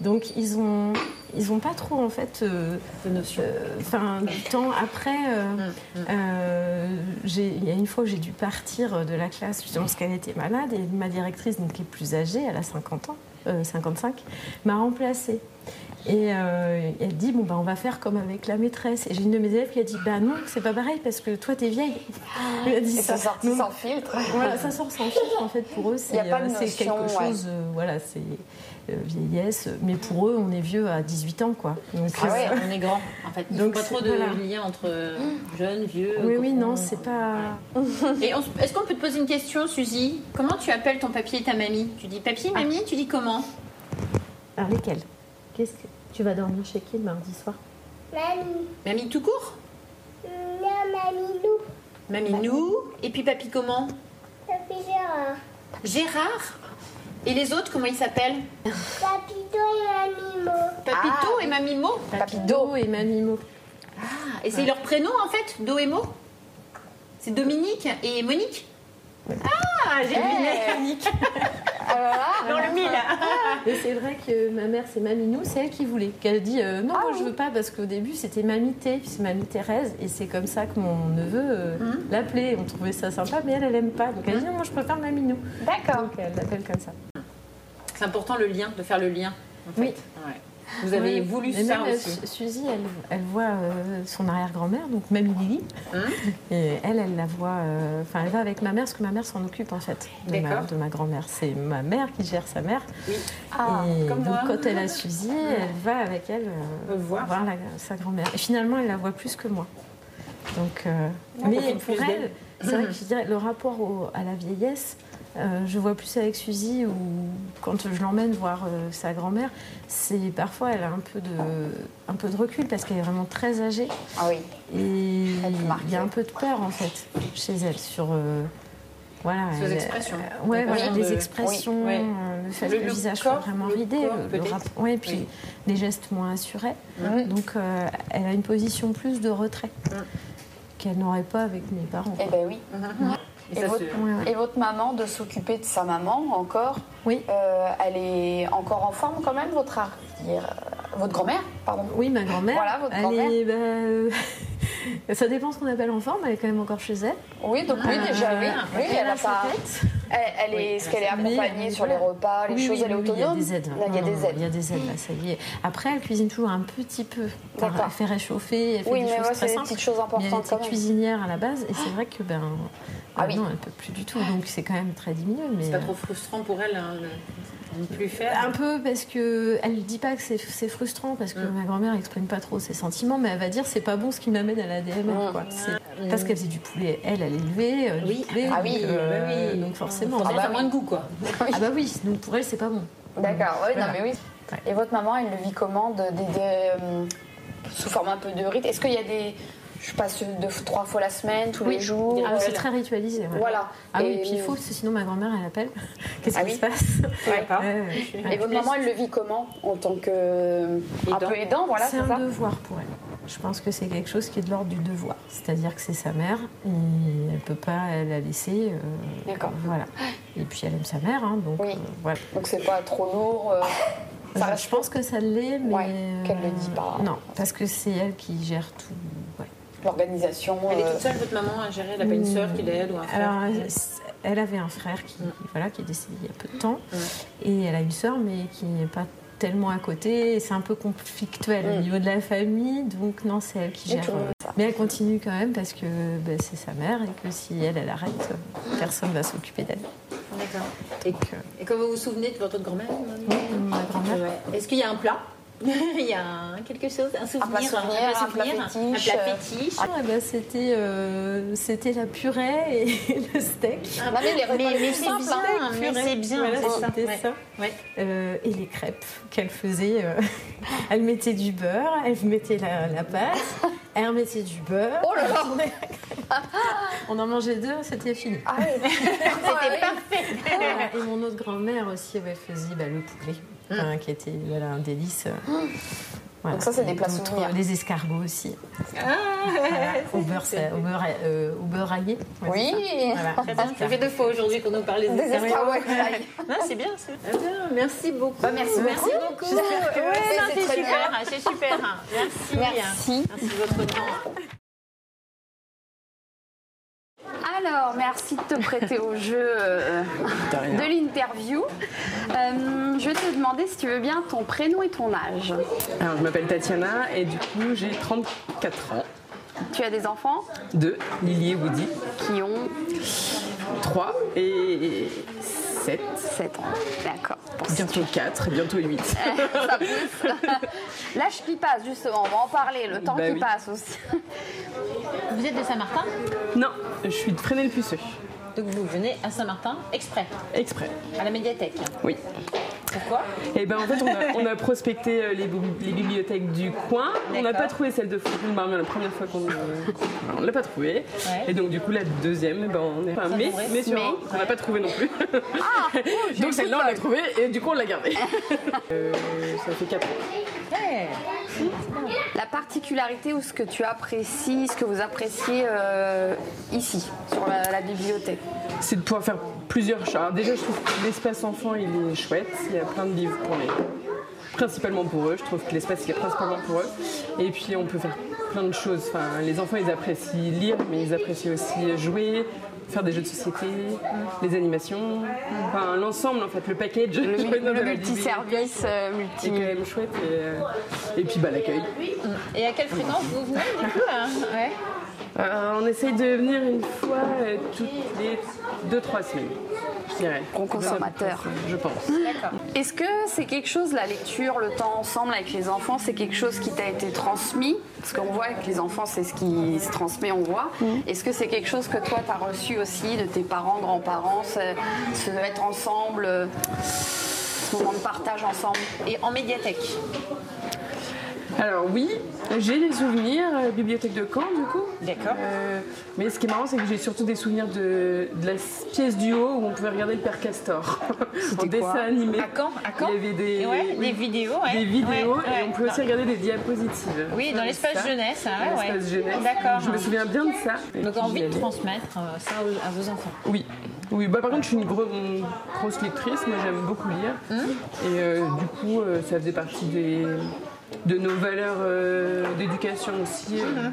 S5: Donc, ils ont, ils ont pas trop, en fait, euh,
S4: de notion.
S5: euh, Enfin, du temps après,
S7: Hum,
S5: euh, euh, j'ai- il y a une fois où j'ai dû partir de la classe justement parce qu'elle était malade et ma directrice, donc qui est plus âgée, elle a 50 ans, euh, 55, m'a remplacée. Et euh, elle dit bon bah on va faire comme avec la maîtresse. Et j'ai une de mes élèves qui a dit bah non c'est pas pareil parce que toi t'es vieille. Elle a dit
S7: Ah, Et ça sortit
S5: Non,
S7: sans filtre.
S5: voilà, ça sort sans filtre en fait pour eux, c'est
S7: Y a pas de
S5: euh, c'est
S7: notion,
S5: quelque
S7: ouais.
S5: chose, euh, voilà, c'est euh, vieillesse, mais pour eux, on est vieux à 18 ans quoi. Donc,
S7: Ah ouais.
S4: On est grand, en fait. Il
S5: Donc,
S4: Donc, faut pas trop de
S5: voilà.
S4: lien entre jeunes, vieux.
S5: euh, oui, oui,
S4: copains.
S5: non, c'est pas.
S4: Et on se- est-ce qu'on peut te poser une question, Suzy Comment tu appelles ton papier et ta mamie Tu dis papier,
S5: Ah.
S4: mamie, tu dis comment
S5: Alors lesquels Qu'est-ce que tu vas dormir chez qui le mardi soir
S8: Mamie,
S4: Mamie tout court
S8: non, mamie loup,
S4: Mamie nous Et puis papy comment
S8: papy Gérard,
S4: Gérard Et les autres, comment ils s'appellent
S8: papy toi et mamie Mo,
S6: Ah.
S4: Papito et Mamie Mo
S5: Do et Mamimo.
S4: Ah, Et c'est leur prénom en fait, Do et Mo C'est Dominique et Monique Ah, j'ai deviné
S7: Ah,
S5: Ah,
S4: Dans le mille
S5: Mais c'est vrai que ma mère, c'est Maminou, c'est elle qui voulait. Qu'elle a dit euh, non,
S7: Ah
S5: moi, je veux pas parce qu'au début c'était Mamité, puis c'est Mamie Thérèse, et c'est comme ça que mon neveu euh,
S7: Mmh.
S5: l'appelait. On trouvait ça sympa, mais elle, elle aime pas. Donc elle a dit non, moi je préfère Maminou.
S7: D'accord.
S5: Donc elle l'appelle comme ça.
S4: C'est important le lien, de faire le lien. en fait.
S5: Oui.
S4: Ouais. Vous avez
S5: Ouais.
S4: voulu
S5: Mais
S4: ça
S5: même, euh,
S4: aussi.
S5: Su- Suzy, elle, elle voit euh, son arrière-grand-mère, donc Mamie Lily.
S4: Hum.
S5: Et elle, elle la voit. euh, Enfin, elle va avec ma mère, parce que ma mère s'en occupe en fait de ma,
S4: D'accord.
S5: de ma grand-mère. C'est ma mère qui gère sa mère.
S7: Ah,
S5: et
S4: comme
S5: donc,
S4: moi.
S5: quand elle a Suzy, elle va avec elle euh,
S4: Euh, voir.
S5: la- sa grand-mère. Et finalement, elle la voit plus que moi. Donc, euh, mais
S4: profite
S5: pour
S4: plus
S5: elle,
S4: d'elle.
S5: c'est vrai que je dirais le rapport au- à la vieillesse. euh, je vois plus avec Suzy ou quand je l'emmène voir euh, sa grand-mère, c'est parfois elle a un peu de, un peu de recul parce qu'elle est vraiment très âgée.
S7: Ah oui.
S5: Et il y a un peu de peur en fait chez elle sur euh, voilà
S4: Sur les
S5: elle-
S4: expressions.
S5: euh, ouais,
S4: La
S5: voilà,
S4: façon
S5: les
S4: de-
S5: expressions,
S4: oui, ouais.
S5: euh, le fait
S4: Le-
S5: que le,
S4: le
S5: visage
S4: corps,
S5: soit vraiment
S4: le
S5: ridé,
S4: corps,
S5: le
S4: peut-être.
S5: rap- ouais, et puis
S4: Oui.
S5: les gestes moins assurés.
S7: Mhm.
S5: Donc euh, elle a une position plus de retrait
S7: Mm.
S4: Mhm.
S5: qu'elle n'aurait pas avec mes parents.
S7: Eh ben oui.
S4: Et
S2: Mhm.
S7: Et
S4: ça,
S7: votre-
S4: c'est-
S5: Ouais, ouais.
S7: Et votre maman, de s'occuper de sa maman encore,
S5: Oui.
S7: euh, elle est encore en forme quand même, votre arrière- euh, votre grand-mère, pardon.
S5: Oui, ma grand-mère.
S7: Voilà, votre
S5: elle
S7: grand-mère.
S5: est, bah, euh, ça dépend ce qu'on appelle en forme, elle est quand même encore chez elle. Euh,
S7: Oui, donc oui, déjà oui.
S5: Ah,
S7: Oui, elle, a
S5: sa
S7: pas.
S5: tête.
S7: Elle, elle
S4: Oui,
S7: est,
S4: elle
S7: ce
S4: a
S7: qu'elle est
S5: sa famille,
S7: accompagnée
S5: elle
S7: sur
S5: est
S7: les
S5: là.
S7: repas, les
S5: Oui,
S7: choses,
S5: oui,
S7: elle est
S5: oui,
S7: autonome.
S5: Il y a des aides. hein.
S7: Là, il y a
S5: Non, non,
S7: des
S5: non, Il y
S7: aides.
S5: a des aides, là, ça y est. Après, elle cuisine toujours un petit peu. Enfin,
S7: D'accord.
S5: Elle fait réchauffer, elle fait
S7: Oui,
S5: des
S7: mais
S5: choses
S7: ouais,
S5: très
S7: c'est des
S5: simples.
S7: petites choses
S5: Mais elle
S7: importantes
S5: était
S7: quand même.
S5: cuisinière à la base et c'est vrai que ben
S7: Ah
S5: euh,
S7: oui.
S5: non, elle peut plus du tout. Donc c'est quand même très diminué. Mais euh,
S4: C'est pas trop frustrant pour elle hein, de ne plus faire.
S5: un peu parce que elle dit pas que c'est- c'est frustrant parce que
S4: Mm.
S5: ma grand-mère exprime pas trop ses sentiments, mais elle va dire c'est pas bon ce qui m'amène à la DMR. quoi. C'est- Parce qu'elle faisait du poulet, elle, elle élevait euh, du
S4: Oui.
S5: poulet,
S7: Ah Mm. oui,
S5: donc, euh,
S4: bah oui.
S5: donc forcément.
S4: Pour elle,
S7: bah
S4: ça a
S7: oui.
S4: moins de goût, quoi.
S5: Ah bah oui, donc pour elle c'est pas bon.
S7: D'accord, oui,
S5: Voilà.
S7: non mais oui.
S5: Ouais.
S7: Et votre maman, elle le vit comment de- de- de, euh, Sous forme un peu de rite Est-ce qu'il y a des. Je passe deux, trois fois la semaine, tous les jours
S5: Ah, c'est
S7: euh,
S5: très ritualisé. ouais.
S7: Voilà.
S5: Ah oui,
S7: Et-
S5: puis il faut, parce que sinon ma grand-mère elle appelle.
S7: Ah
S5: Qu'est-ce qui
S7: oui. Ah.
S5: se passe
S4: Ouais, pas.
S5: Ouais, ouais.
S7: euh, Et votre maman, elle le vit comment En tant que. euh, Un
S4: Aidant.
S7: peu aidant, voilà,
S5: c'est
S7: c'est
S5: un
S7: ça
S5: devoir pour elle. Je pense que c'est quelque chose qui est de l'ordre du devoir. C'est-à-dire que c'est sa mère, et elle peut pas la laisser. euh,
S7: D'accord.
S5: Voilà. Et puis elle aime sa mère, hein, donc
S7: Oui.
S5: euh, voilà.
S7: Donc c'est pas trop lourd. euh, ça reste
S5: je pense que ça l'est, mais. euh,
S7: Ouais, qu'elle le dit pas.
S5: Non, parce que c'est elle qui gère tout. ouais.
S7: l'organisation.
S4: Elle est
S7: euh,
S4: toute seule, votre maman, à gérer. Elle n'a pas une sœur qui l'aide ou un frère.
S5: Hmm.
S4: Mm.
S5: Alors, euh,
S4: qui
S5: elle,
S4: l'aide
S5: elle avait un frère qui, voilà, qui est décédé il y a peu de temps,
S4: Mm.
S5: et elle a une sœur, mais qui n'est pas tellement à côté. et C'est un peu conflictuel
S4: Mm.
S5: au niveau de la famille, donc non, c'est elle qui
S7: Donc,
S5: gère.
S7: euh,
S5: euh, Mais elle continue quand même parce que ben, c'est sa mère et que si elle, elle arrête, euh, personne va s'occuper d'elle. euh,
S4: D'accord. Et, et quand vous vous souvenez de votre grand-mère maman
S5: Ma grand-mère.
S4: Ouais. Est-ce qu'il y a un plat Il y a un- quelque chose, un souvenir,
S7: souvenir, un plat
S4: un
S7: fétiche,
S4: plat
S7: euh,
S4: fétiche.
S5: Ah, ben, c'était euh, c'était la purée et le steak.
S7: Non, mais les repas
S4: Mais,
S7: les
S4: mais
S7: plus
S4: c'est
S7: simples,
S4: bien,
S7: hein.
S4: mais c'est bien,
S5: Voilà,
S7: Oh,
S4: c'est ça.
S5: c'était
S4: Ouais.
S5: ça.
S4: Ouais.
S5: Euh, et les crêpes qu'elle faisait. euh, elle mettait du beurre, elle mettait la, la pâte, elle mettait du beurre.
S7: Oh là là
S5: On en mangeait deux, c'était fini.
S7: Ah oui.
S4: C'était parfait.
S5: Voilà. Et mon autre grand-mère aussi, ouais, elle faisait bah, le poulet, hein, qui était voilà, un délice. euh, Voilà.
S7: Mm. Donc ça, c'est des plats
S5: D'autres,
S7: souvenirs. Ah,
S5: Les escargots aussi. Voilà, au beurre, sa- au beurre, euh, au beurre rayé. Ouais,
S7: Oui
S5: c'est ça. Voilà,
S4: Attends, ça fait deux fois aujourd'hui qu'on nous parle des
S7: Des
S4: escargots.
S7: escargots. aïe.
S4: Non, c'est bien. c'est- Ah bien, Merci beaucoup.
S7: Bah, merci
S4: merci beaucoup. Ouais,
S7: C'est-
S4: non,
S7: c'est
S4: c'est
S7: très
S4: super, c'est super. hein. Merci.
S7: Merci.
S4: Merci de votre temps.
S2: Alors, merci de te prêter au jeu euh, de l'interview. Euh, je vais te demander si tu veux bien ton prénom et ton âge.
S6: Alors, je m'appelle Tatiana et du coup, j'ai 34 ans.
S2: Tu as des enfants
S6: 2, Lily et Woody.
S2: qui ont
S6: 3 et 7.
S2: 7 ans. D'accord. Bon,
S6: Bientôt 4, bientôt 8.
S2: ça pousse. L'âge qui passe, justement, on va en parler, le temps
S6: Bah
S2: qui
S6: oui.
S2: passe aussi.
S4: Vous êtes de Saint-Martin
S6: Non, je suis de Fresnel-Puceux.
S4: Donc vous venez à Saint-Martin exprès,
S6: Exprès.
S4: à la médiathèque.
S6: Oui.
S4: Pourquoi
S6: Et ben en fait, on a, on a prospecté euh, les, bibli- les bibliothèques du coin. On n'a pas
S4: D'accord.
S6: trouvé celle de Fontaine-Marmion la première fois qu'on qu'on- on l'a pas trouvée.
S4: Ouais.
S6: Et donc du coup la deuxième, ben, on est enfin, mais,
S4: tomberait.
S6: mais sur un,
S4: Mais,
S6: on l'a pas trouvé non plus.
S4: Ah, oh,
S6: donc celle-là on l'a trouvée et du coup on l'a gardée. Euh, ça fait 4 ans.
S2: La particularité ou ce que tu apprécies, ce que vous appréciez euh, ici, sur la, la bibliothèque.
S6: C'est de pouvoir faire plusieurs choses. Alors, déjà je trouve que l'espace enfant il est chouette. Il y a plein de livres pour les principalement pour eux. Je trouve que l'espace il est principalement pour eux. Et puis on peut faire plein de choses. Enfin, les enfants ils apprécient lire, mais ils apprécient aussi jouer, faire des jeux de société, les animations. Enfin, l'ensemble en fait, le package.
S2: Le,
S6: je
S2: mu-
S6: pourrais
S2: le
S6: nommer la bibliothèque,
S2: multiservice, euh,
S6: est
S2: multi.
S6: quand même chouette. Et, euh, et puis bah, l'accueil.
S4: Et à quelle fréquence vous venez du coup hein Ouais.
S6: Euh, on essaye de venir une fois euh, toutes les deux trois semaines. Je dirais.
S2: Bon consommateur.
S6: Je pense.
S2: Est-ce que c'est quelque chose, la lecture, le temps ensemble avec les enfants, c'est quelque chose qui t'a été transmis Parce qu'on voit que les enfants, c'est ce qui se transmet, on voit. Est-ce que c'est quelque chose que toi, t'as reçu aussi de tes parents, grands-parents, se, se mettre ensemble, euh, ce moment de partage ensemble
S4: Et en médiathèque.
S6: Alors oui, j'ai des souvenirs, euh, bibliothèque de Caen du coup.
S4: D'accord.
S6: Euh, mais ce qui est marrant, c'est que j'ai surtout des souvenirs de, de la pièce du haut où on pouvait regarder le Père Castor en dessin animé.
S4: À Caen À Caen
S6: Il y avait des,
S4: Et ouais,
S6: oui,
S4: des vidéos. Ouais.
S6: des vidéos
S4: Ouais,
S6: et
S4: ouais.
S6: on pouvait aussi regarder des diapositives.
S4: Oui, dans l'espace
S6: Ça,
S4: jeunesse. hein,
S6: Dans
S4: ouais.
S6: l'espace jeunesse.
S4: D'accord.
S6: Je me souviens bien de ça. Et
S4: Donc
S6: puis,
S4: envie
S6: j'y
S4: de
S6: allais.
S4: transmettre euh, ça aux- à vos enfants.
S6: Oui. Oui, bah par contre, je suis une gro- une grosse lectrice. Moi, j'aime beaucoup lire.
S2: Hein
S6: Et euh, du coup, euh, ça faisait partie des, de nos valeurs euh, d'éducation aussi, euh,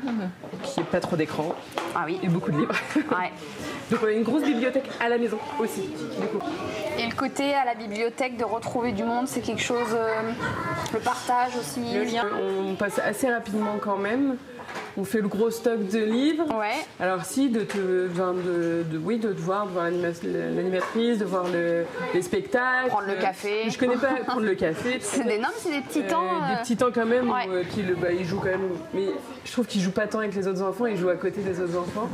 S6: qui est pas trop d'écran
S2: Ah oui,
S6: et beaucoup de livres.
S2: ouais.
S6: Donc, on a une grosse bibliothèque à la maison aussi. Du coup.
S2: Et le côté à la bibliothèque de retrouver du monde, c'est quelque chose, euh, le partage aussi
S4: Le lien.
S6: Euh, On passe assez rapidement quand même. On fait le gros stock de livres.
S2: Ouais,
S6: Alors si, de te, enfin, de, de- oui, de te voir, de voir l'anima- l'animatrice, de voir le- les spectacles.
S2: Prendre le café.
S6: Je connais pas prendre le café.
S2: c'est des noms, c'est des petits temps.
S6: Euh,
S2: euh,
S6: Des petits temps quand même,
S2: ouais.
S6: où, euh, qui le- bah, ils jouent quand même. Mais je trouve qu'ils jouent pas tant avec les autres enfants, ils jouent à côté des autres enfants.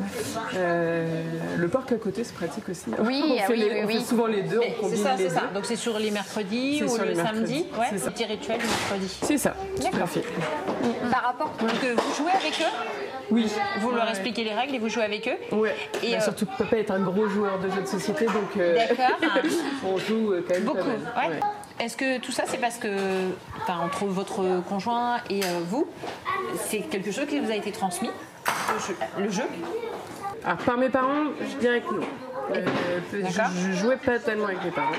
S6: Euh, le parc à côté, c'est pratique aussi. hein.
S2: Oui,
S6: on
S2: ah
S6: fait,
S2: oui,
S6: les-
S2: oui,
S6: on
S2: oui.
S6: fait souvent les deux,
S4: Mais
S6: on
S4: C'est
S6: combine
S4: ça,
S6: les
S4: c'est
S6: deux.
S4: ça. Donc c'est sur les mercredis
S6: C'est
S4: ou
S6: sur
S4: le
S6: les
S4: samedi.
S6: mercredis,
S4: Ouais,
S6: c'est ça.
S4: petit rituel du mercredi.
S6: C'est ça, tout à fait.
S2: Par rapport,
S4: Donc euh, vous jouez avec eux,
S6: Oui.
S4: vous leur expliquez les règles et vous jouez avec eux.
S6: Ouais.
S4: Et,
S6: Et
S4: euh,
S6: surtout, papa est un gros joueur de jeux de société, donc euh,
S4: D'accord.
S6: on joue euh, quand même pas
S4: Beaucoup.
S6: mal.
S4: Ouais. Est-ce que tout ça, c'est parce que, enfin, entre votre conjoint et euh, vous, c'est quelque chose qui vous a été transmis le jeu, le jeu
S6: Alors, Ah, par mes parents, je dirais que non. Euh,
S4: D'accord.
S6: je, je jouais pas tellement avec mes parents.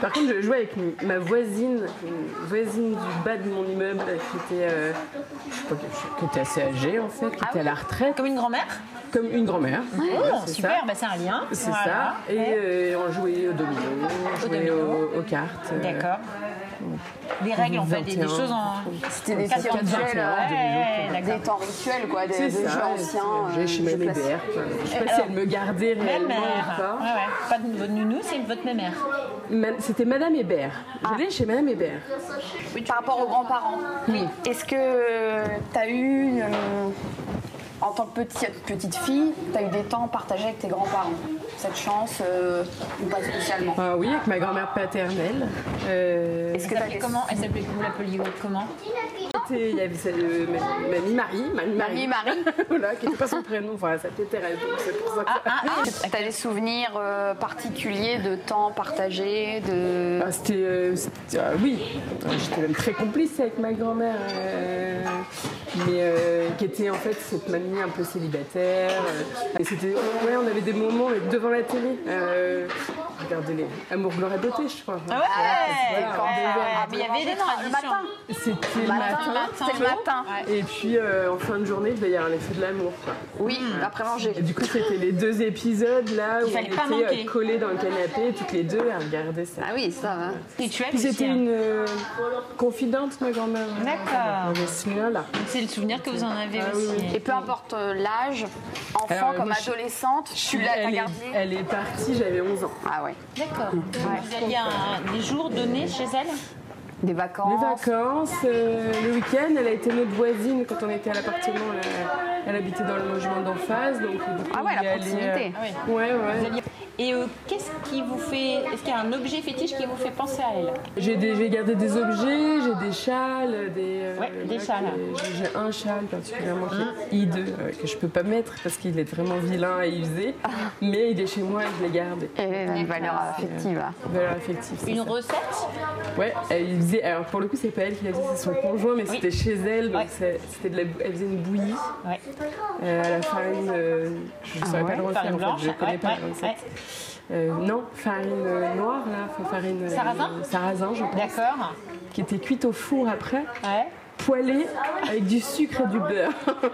S6: Par contre, je jouais avec m- ma voisine, une voisine du bas de mon immeuble euh, qui était, euh, je sais pas, qui- qui était assez âgée en fait, qui était à la retraite,
S4: Ah Comme une grand-mère
S6: comme une grand-mère. Ouais,
S4: Oh,
S6: Eh ben, c'est
S4: Super,
S6: ça.
S4: bah, c'est un lien.
S6: C'est
S4: Voilà.
S6: ça. Et
S4: Ouais.
S6: euh, on jouait au domino, on
S4: Au
S6: jouait
S4: domino.
S6: aux, aux cartes. euh,
S4: D'accord. Des règles, en fait, des, des
S6: 21,
S4: choses en.
S2: c'était des
S4: Quatre
S2: temps
S4: vingt-quatre,
S2: rituels,
S6: vingt
S2: euh,
S6: et un, deux
S4: Ouais,
S6: minutes.
S2: des
S4: d'accord.
S2: temps rituels, quoi, des,
S6: C'est
S2: des jeux
S6: ça.
S2: anciens. euh,
S6: J'ai chez ma
S2: jeux
S6: mère.
S2: classiques.
S6: Je sais pas si
S4: Alors,
S6: elle me gardait
S4: Même
S6: réellement ou
S4: mère.
S6: pas.
S4: Ouais, ouais. Pas de votre nounou, c'est votre mère.
S6: Ma- C'était Madame Hébert.
S4: Ah.
S6: Je l'ai chez Madame Hébert.
S2: Oui, par rapport aux grands-parents.
S6: Oui.
S2: Est-ce que tu as eu, euh, en en tant que petit- petite fille, tu as eu des temps partagés avec tes grands-parents. Cette chance, euh, ou pas spécialement.
S6: Ah oui, avec ma grand-mère paternelle. Euh,
S2: Est-ce que
S4: Elle
S2: t'as
S4: s'appelait comment Elle s'appelait, vous l'appeliez comment
S6: c'était- il y avait celle de ma- Mamie Marie. Mamie Marie.
S2: Mamie Marie.
S6: voilà, qui n'était pas son prénom. Enfin, elle s'appelait Thérèse. donc c'est pour ça que-
S2: Ah, T'as des souvenirs euh, particuliers de temps partagé, de...
S6: Ah, c'était, euh, c'était- ah oui, Euh, j'étais même très complice avec ma grand-mère, euh, mais euh, qui était en fait cette mamie un peu célibataire. euh, et c'était, ouais, on avait des moments mais devant la télé. Euh, regardez les Amour, gloire et beauté, je crois.
S4: Ouais,
S6: quand on devait
S4: Ah, Mais il y avait des traditions.
S6: C'était le matin.
S2: C'est le matin.
S6: Et puis euh, en fin de journée, il devait y avoir les feux de l'amour. quoi.
S2: Oui, après manger.
S6: Et du coup, c'était les deux épisodes là où on
S4: fallait pas
S6: était
S4: manquer.
S6: euh, collés dans le canapé, toutes les deux à regarder ça.
S2: Ah oui, ça va.
S4: Rituel,
S6: Puis c'était
S4: c'est-
S6: une euh, confidente, ma grand-mère.
S4: D'accord.
S6: Dans ce là
S4: C'est le souvenir que vous en avez
S6: Ah oui,
S4: aussi.
S2: Et peu importe euh, l'âge, enfant
S6: Alors,
S2: comme
S6: moi, je-
S2: adolescente, je suis là, t'as
S6: elle, est,
S2: gardé.
S6: elle est partie, j'avais 11 ans.
S2: Ah ouais.
S4: D'accord. Vous aviez un- des jours donnés chez elle
S2: Des
S6: Les
S2: vacances.
S6: vacances, euh, le week-end, elle a été notre voisine quand on était à l'appartement. Elle, elle habitait dans le logement d'en face. Donc, du coup,
S2: Ah ouais,
S6: on y
S2: la proximité. Ah
S6: allait, euh, Ouais, ouais.
S4: Et euh, qu'est-ce qui vous fait. Est-ce qu'il y a un objet fétiche qui vous fait penser à elle
S6: J'ai des- j'ai gardé des objets, j'ai des châles, des. euh,
S4: Ouais, des
S6: là,
S4: châles. Hein?
S6: que- J'ai j'ai un châle particulièrement qui est hideux, euh, que je peux pas mettre parce qu'il est vraiment vilain et usé.
S4: Ah.
S6: Mais il est chez moi et je l'ai gardé.
S2: Et une valeur affective.
S6: Valeur affective. c'est
S4: Euh. Une
S6: ça.
S4: recette
S6: Ouais, elle faisait. Alors pour le coup, c'est pas elle qui l'a fait, c'est son conjoint, mais c'était chez elle. Donc
S4: Ouais.
S6: c'est- c'était de la, bou- elle faisait une bouillie
S4: Ouais.
S6: euh, à la farine. euh, je ne saurais pas le refaire.
S4: Ah Farine
S6: en fait,
S4: blanche,
S6: je connais
S4: ouais,
S6: pas la
S4: ouais,
S6: recette. Euh, non, farine euh, noire là, enfin, farine. euh,
S4: Sarrasin
S6: Sarrasin, je pense.
S4: D'accord.
S6: Qui était cuite au four après,
S4: Ouais.
S6: poêlée avec du sucre et du beurre.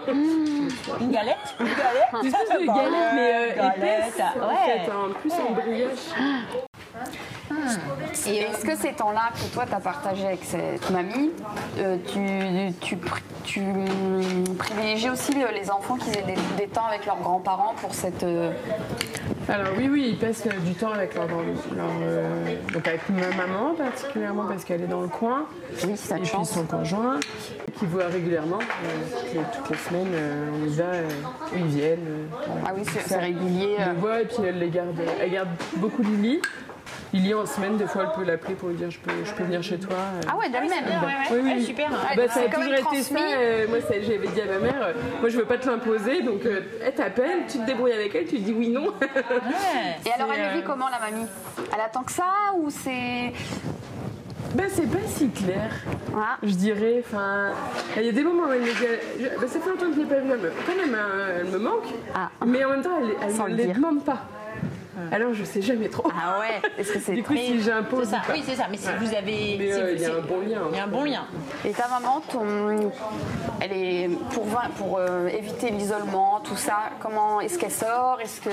S4: Une galette Une galette
S6: Une espèce de galette, mais euh,
S4: galette,
S6: épaisse. En
S4: ouais.
S6: fait, en plus en brioche.
S2: Et est-ce que ces temps-là que toi t'as partagé avec cette mamie, euh, tu, tu, pri- tu, hum, privilégies aussi euh, les enfants qui aient des, des temps avec leurs grands-parents pour cette. euh,
S6: Alors oui, oui, ils passent euh, du temps avec leur, leur, euh, donc avec ma maman particulièrement parce qu'elle est dans le coin.
S2: Oui, si t'as
S6: et
S2: de
S6: puis
S2: chance.
S6: son conjoint, qui voit régulièrement, euh, toutes, les, toutes les semaines, euh, on y va, euh, ils viennent. euh, voilà.
S2: Ah oui, c'est c'est régulier. euh.
S6: Elle les voit et puis elle les garde. Elle garde beaucoup Lily. Lily en semaine, des fois elle peut l'appeler pour lui dire je peux, je peux venir chez toi. euh.
S2: Ah ouais, d'elle-même.
S4: Ouais, ouais.
S6: Oui, oui,
S4: Ah,
S6: oui.
S4: super.
S6: Ah bah, ça a
S2: c'est quand
S6: toujours
S2: même
S6: été ça.
S2: transmis.
S6: euh, moi, ça, j'avais dit à ma mère, euh, moi, je veux pas te l'imposer, donc euh, elle t'appelle, tu te débrouilles avec elle, tu dis oui, non.
S4: Ouais.
S2: Et alors, elle le
S6: euh,
S2: vit comment la mamie Elle attend que ça ou c'est.
S6: bah, c'est pas si clair.
S2: Voilà.
S6: Je dirais, enfin, il y a des moments où elle me dit, je- bah, ça fait longtemps que je l'ai pas vue, elle me, quand même, euh, elle me manque,
S2: Ah.
S6: mais en même temps, elle, elle
S2: Sans
S6: ne
S2: le
S6: les
S2: dire.
S6: demande pas. Alors, je sais jamais trop.
S2: Ah ouais, est-ce que c'est.
S6: du coup, si
S4: C'est
S6: j'impose.
S4: ça,
S6: ou pas.
S4: oui, c'est ça. Mais si
S6: Ouais.
S4: vous avez.
S6: Mais
S4: si
S6: euh,
S4: vous-
S6: il y a
S4: si-
S6: un bon lien.
S4: Il y a un bon lien.
S2: Et ta maman, ton... elle est pour, vain- pour euh, éviter l'isolement, tout ça. Comment est-ce qu'elle sort Est-ce que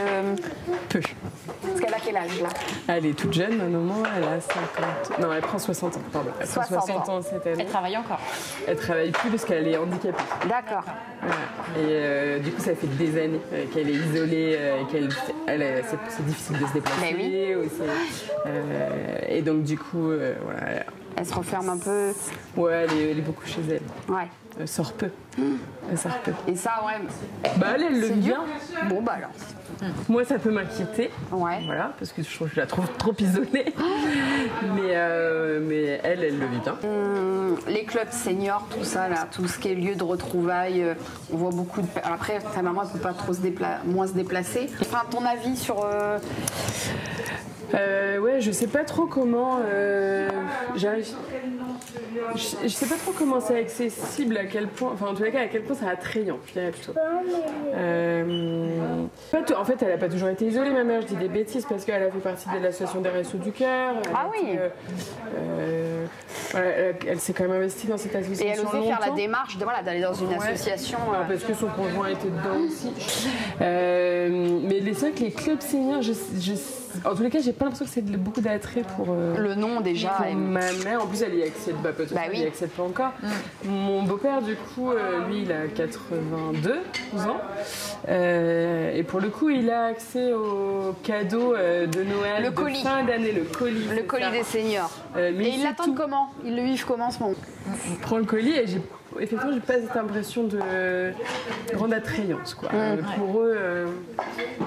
S6: Peu.
S2: est-ce qu'elle a quel âge là
S6: Elle est toute jeune, ma maman, elle a 50. Non, elle prend 60 ans, pardon. Elle prend
S2: 60
S6: 60 ans cette année.
S4: Elle travaille encore.
S6: Elle travaille plus parce qu'elle est handicapée.
S2: D'accord.
S6: Voilà. Et euh, du coup, ça fait des années euh, qu'elle est isolée, euh, qu'elle, elle, euh, c'est, c'est difficile de se déplacer.
S2: Mais Ben oui.
S6: ou c'est- euh, et donc, du coup, euh, voilà. elle-
S2: Elle se referme un peu.
S6: Ouais, elle est, elle est beaucoup chez elle.
S2: Ouais.
S6: Elle sort peu. Elle sort peu.
S2: Et ça, ouais.
S6: Bah, elle, elle le
S2: Hmm. C'est
S6: vit bien.
S2: dur. Bon bah alors.
S6: Moi, ça peut m'inquiéter.
S2: Ouais.
S6: Voilà, parce que je trouve que je la trouve trop isolée.
S2: Ah.
S6: mais, euh, mais elle, elle le vit bien.
S2: Hum, les clubs seniors, tout ça là, tout ce qui est lieu de retrouvailles. euh, on voit beaucoup de. alors après, ta maman, elle peut pas trop se déplacer, moins se déplacer. Enfin, ton avis sur. euh,
S6: Euh, ouais, je sais pas trop comment. euh, j'arrive. Je, je sais pas trop comment c'est accessible, à quel point. Enfin, en tout cas, à quel point c'est attrayant, je dirais plutôt. Euh, pas tout- en fait, elle a pas toujours été isolée, ma mère. Je dis des bêtises parce qu'elle a fait partie de l'association des Restos du Cœur. Elle
S2: Ah
S6: a
S2: oui.
S6: été, euh, euh, voilà, elle, a- elle s'est quand même investie dans cette
S2: Et
S6: association.
S2: elle osait faire la
S6: longtemps.
S2: démarche de- voilà, d'aller dans une association.
S6: Ah,
S2: euh,
S6: parce que son conjoint était dedans aussi. Euh, mais les, c'est vrai que les clubs seniors, je, je- en tous les cas, j'ai pas l'impression que c'est de- beaucoup d'attrait pour, euh,
S2: le nom déjà.
S6: pour
S2: et-
S6: ma mère. En plus, elle y accède pas, peut-être
S2: Bah
S6: elle
S2: oui. Mm.
S6: y accède pas encore. Mon beau-père, du coup, euh, lui, il a 82 ans. Euh, et pour le coup, il a accès au cadeau euh, de Noël
S2: Le
S6: de
S2: colis.
S6: fin d'année, le colis.
S2: Le
S6: c'est
S2: colis
S6: ça.
S2: des seniors.
S6: Euh, mais
S2: Et
S6: il
S2: ils
S6: fait tout.
S2: l'attendent comment Ils le vivent comment ce moment
S6: Je prends le colis et j'ai effectivement, j'ai pas cette impression de grande attrayance, quoi. Euh, Pour eux, euh,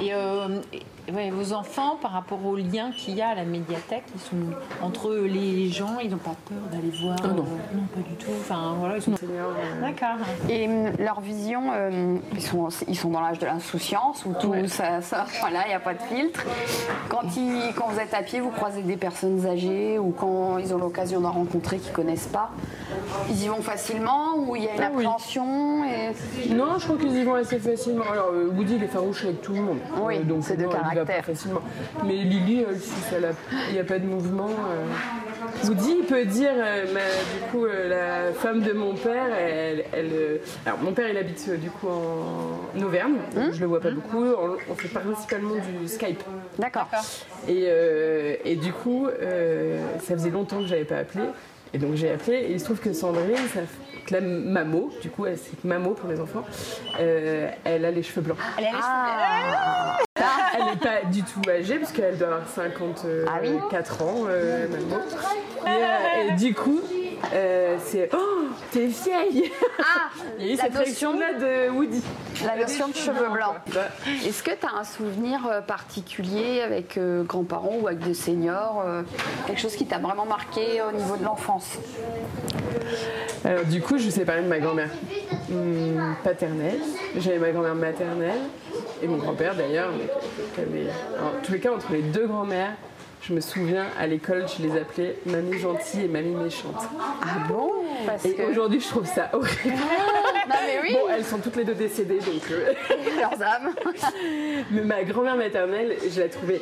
S4: Et, euh, et- ouais, vos enfants, par rapport au lien qu'il y a à la médiathèque, ils sont entre eux, les gens, ils n'ont pas peur d'aller voir.
S6: Ah non.
S4: euh, non, pas du tout. Enfin, voilà, ils sont.
S6: seigneur, euh,
S4: D'accord.
S2: Et hum, leur vision, euh, ils, sont, ils sont dans l'âge de l'insouciance où tout ça, ça voilà, il n'y a pas de filtre. Quand, ils- quand vous êtes à pied, vous croisez des personnes âgées ou quand ils ont l'occasion d'en rencontrer qu'ils ne connaissent pas, ils y vont facilement ou il y a une
S6: Ah oui.
S2: appréhension et...
S6: Non, je crois qu'ils y vont assez facilement. Alors, euh, Woody, il est farouche avec tout le monde. Euh,
S2: Oui,
S6: donc
S2: c'est de
S6: bon, il y va
S2: caractère.
S6: pas facilement. Mais Lily, elle, si ça la- il n'y a pas de mouvement. euh. Woody, il peut dire, euh, ma- du coup, euh, la femme de mon père, elle. elle, euh, Alors, mon père, il habite euh, du coup en, en Auvergne.
S2: Mmh.
S6: donc je le vois pas beaucoup. On, on fait principalement du Skype.
S2: D'accord.
S6: Et, euh, et du coup, euh, ça faisait longtemps que j'avais pas appelé. Et donc j'ai appelé et il se trouve que Sandrine, ça, que la Mamo, du coup, elle, c'est Mamo pour les enfants, euh, elle Ah. a les cheveux blancs.
S4: Elle a les
S2: Ah.
S6: Elle n'est pas du tout âgée parce qu'elle doit avoir 54
S2: Ah oui.
S6: ans, euh, Mamo. Et, euh, et du coup, euh, c'est Oh, t'es vieille Il y a eu
S2: Ah. la
S6: cette réaction-là de Woody.
S2: La notion de cheveux blancs.
S6: Bah,
S2: Est-ce que tu as un souvenir euh, particulier avec euh, grands-parents ou avec des seniors euh, Quelque chose qui t'a vraiment marqué au niveau de l'enfance
S6: Alors Euh, du coup, je vous ai parlé de ma grand-mère hum, paternelle. J'avais ma grand-mère maternelle et mon grand-père d'ailleurs. mais qui avait- En tous les cas, entre les deux grand-mères, je me souviens à l'école, je les appelais mamie gentille et mamie méchante.
S2: Ah bon Parce
S6: Et euh,
S2: que Ah,
S6: aujourd'hui, je trouve ça horrible.
S2: non, mais oui,
S6: Bon, elles sont toutes les deux décédées, donc. euh,
S2: leurs âmes.
S6: Mais ma grand-mère maternelle, je la trouvais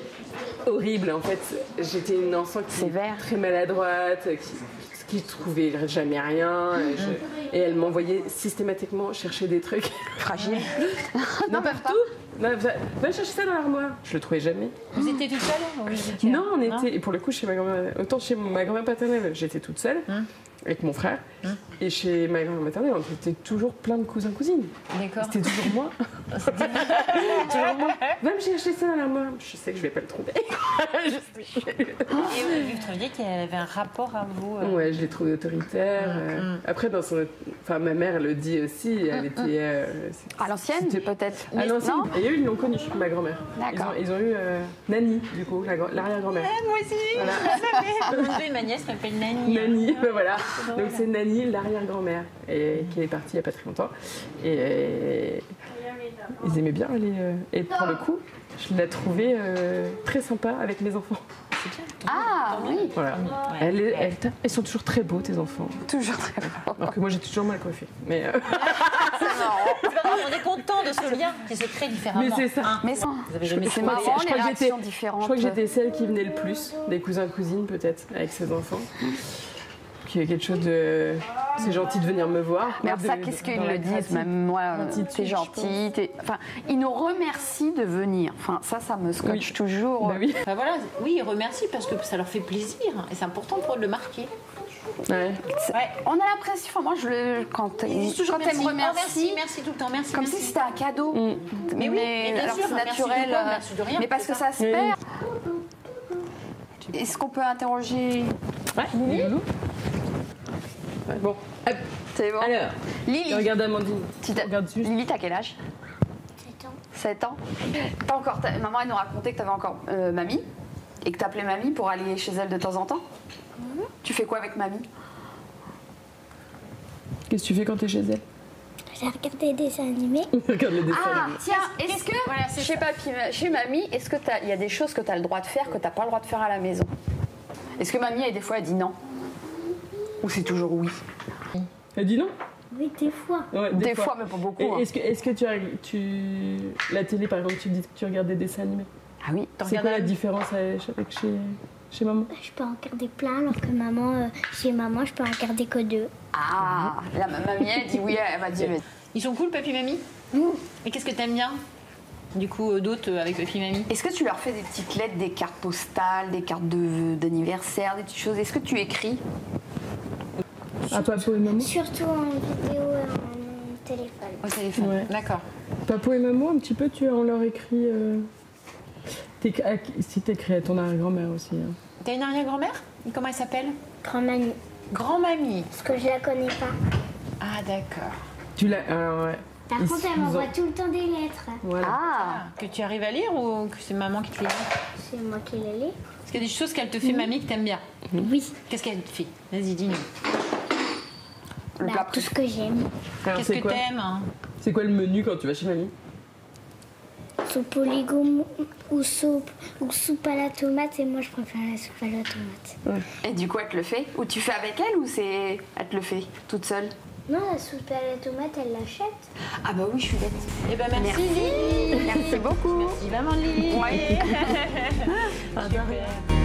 S6: horrible. En fait, j'étais une enfant qui
S2: Sévère.
S6: très maladroite, qui, qui trouvait jamais rien.
S2: Mm-hmm.
S6: Et, je- et elle m'envoyait systématiquement chercher des trucs. Fragile. non, partout. Non, va, va chercher ça dans l'armoire. Je le trouvais jamais.
S4: Vous étiez toute seule ou vous étiez-
S6: Non, on était. Et pour le coup, chez ma grand-mère, autant chez ma grand-mère paternelle, j'étais toute seule.
S2: Hein
S6: Avec mon frère. Et chez ma grand-mère maternelle, on était toujours plein de cousins-cousines.
S4: D'accord.
S6: C'était toujours moi. toujours moi. Va me chercher ça dans l'armoire. Je sais que je vais pas le trouver. Ah,
S4: Et euh, vous trouviez qu'elle avait un rapport à vous
S2: Hein
S4: euh,
S6: Ouais, je l'ai trouvé autoritaire. euh. Après, dans son. Enfin, ma mère le dit aussi, elle était. euh, c'est-
S2: À l'ancienne, peut-être.
S6: Ah
S2: Hein, Mais
S6: non, si.
S2: non
S6: Et eux, ils l'ont connue, ma grand-mère.
S2: D'accord.
S6: Ils ont, ils ont eu euh, Nani, du coup, la grand- l'arrière-grand-mère.
S4: Moi aussi, je la savais. Ma nièce m'appelle Nani. Hein.
S6: Nani, ben voilà.
S2: Ah,
S6: Donc c'est Nani, l'arrière-grand-mère, et qui est partie il n'y a pas très longtemps. Et euh, ils aimaient bien aller. euh, Et pour
S2: Ah.
S6: le coup, je la trouvée euh, très sympa avec mes enfants.
S2: Ah oui,
S6: Voilà. Elle est- elle t'a- ils sont toujours très beaux, tes enfants.
S2: toujours très bien.
S6: Alors que moi, j'ai toujours mal coiffé. Mais, euh,
S4: C'est pas grave, on est content de ce lien qui se crée différemment. Hein.
S6: mais c'est ça.
S2: Mais ça,
S4: Vous avez jamais
S2: c'est
S4: trouvé.
S6: Je crois
S2: marrant
S6: que
S2: les
S6: j'étais-
S2: réactions
S6: Je
S2: différentes.
S6: crois que j'étais celle qui venait le plus, des cousins-cousines peut-être, avec ses enfants. Qui est quelque chose de. C'est gentil de venir me voir.
S2: Mais alors ça,
S6: de-
S2: qu'est-ce
S6: dans
S2: qu'ils
S6: la
S2: le disent
S6: gratitude.
S2: Même moi, euh,
S6: Gratitude,
S2: t'es
S6: je
S2: gentil. t'es- Enfin, ils nous remercient de venir. Enfin, ça, ça me scotche toujours.
S6: Bah oui.
S4: Bah voilà, oui, remercie parce que ça leur fait plaisir hein, et c'est important pour eux de le marquer.
S6: Ouais.
S4: Ouais.
S2: On a l'impression, enfin, moi, je le, quand, quand
S4: Ils disent toujours
S2: elle me
S4: merci, merci,
S2: remercie,
S4: merci, merci tout le temps, merci.
S2: comme si
S4: merci.
S2: c'était un
S6: Mm.
S2: cadeau.
S4: Mais oui, mais bien
S2: alors
S4: sûr,
S2: c'est
S4: merci de
S2: naturel.
S4: quoi,
S2: euh,
S4: merci de rien,
S2: mais parce
S4: c'est
S2: que ça se
S6: Oui.
S2: perd. Est-ce qu'on peut interroger
S6: Ouais, Bon, Hop.
S2: C'est bon.
S6: alors,
S2: Lily,
S6: regarde Amandine.
S2: Oh. tu t'as-
S6: Regarde juste.
S2: Lily, t'as quel âge 7 ans. 7 ans Pas encore. ta- Maman, elle nous racontait que t'avais encore euh, mamie et que t'appelais mamie pour aller chez elle de temps en temps. Tu fais quoi avec mamie
S6: Qu'est-ce que tu fais quand t'es chez elle
S8: J'ai regardé des dessins animés.
S6: Regarde le dessin.
S2: Ah, tiens, est-ce que chez, papy, chez mamie, est-ce que t'as- il y a des choses que tu as le droit de faire que tu n'as pas le droit de faire à la maison Est-ce que mamie, elle, des fois, elle dit non Ou c'est toujours oui
S6: Elle dit non
S8: Oui, des fois.
S6: Ouais,
S2: Des, fois, mais pas beaucoup.
S6: Et
S2: hein.
S6: Est-ce que, est-ce que tu, as, tu. La télé, par exemple, tu dis que tu regardes des dessins animés.
S2: Ah oui
S6: C'est quoi la différence avec avec chez, chez maman
S8: Je peux en regarder plein alors que maman, euh, chez maman, je peux en regarder que deux.
S2: Ah, la ma- mamie, elle dit oui, elle va dire mais-
S4: Ils sont cool, papy mamie Et qu'est-ce que t'aimes bien Du coup, euh, d'autres euh, avec papy mamie
S2: Est-ce que tu leur fais des petites lettres, des cartes postales, des cartes de- d'anniversaire, des petites choses Est-ce que tu écris
S6: Ah, papo et maman
S8: Surtout en vidéo et en téléphone.
S4: au téléphone.
S6: Ouais.
S4: D'accord.
S6: Papo et maman, un petit peu, tu on leur écrit. euh, t'éc- à qui- Si t'écris à ton arrière-grand-mère aussi. hein.
S4: T'as une arrière-grand-mère Et Comment elle s'appelle
S8: Grand mamie,
S4: Grand-mamie.
S8: parce que je la connais pas.
S4: Ah, d'accord.
S6: Tu l'as. ah, ouais.
S8: Par
S6: Ils-
S8: contre, elle
S6: ils
S8: m'envoie
S6: ont-
S8: tout le temps des lettres.
S6: Voilà.
S2: Ah,
S4: Que tu arrives à lire ou que c'est maman qui te lit Parce
S8: C'est moi qui les lis.
S4: qu'il y a des choses qu'elle te fait, mamie, que t'aimes bien.
S8: Oui.
S4: Qu'est-ce qu'elle te fait Vas-y, dis-nous.
S2: le
S8: Bah,
S2: plat
S8: tout
S2: préféré.
S8: ce que j'aime.
S6: Alors,
S4: Qu'est-ce
S6: c'est
S4: que
S6: quoi
S4: t'aimes hein
S6: C'est quoi le menu quand tu vas chez mamie
S8: Soupe aux légumes ou soupe, ou soupe à la tomate. Et moi, je préfère la soupe à la tomate.
S2: Et du coup, elle te le fait Ou tu fais avec elle ou c'est elle te le fait toute seule
S8: Non, la soupe à la tomate, elle l'achète.
S2: Ah bah oui, je suis bête.
S4: Eh ben, merci, Lily.
S2: Merci beaucoup.
S4: Merci, maman Lily.
S2: Ouais.
S4: Super.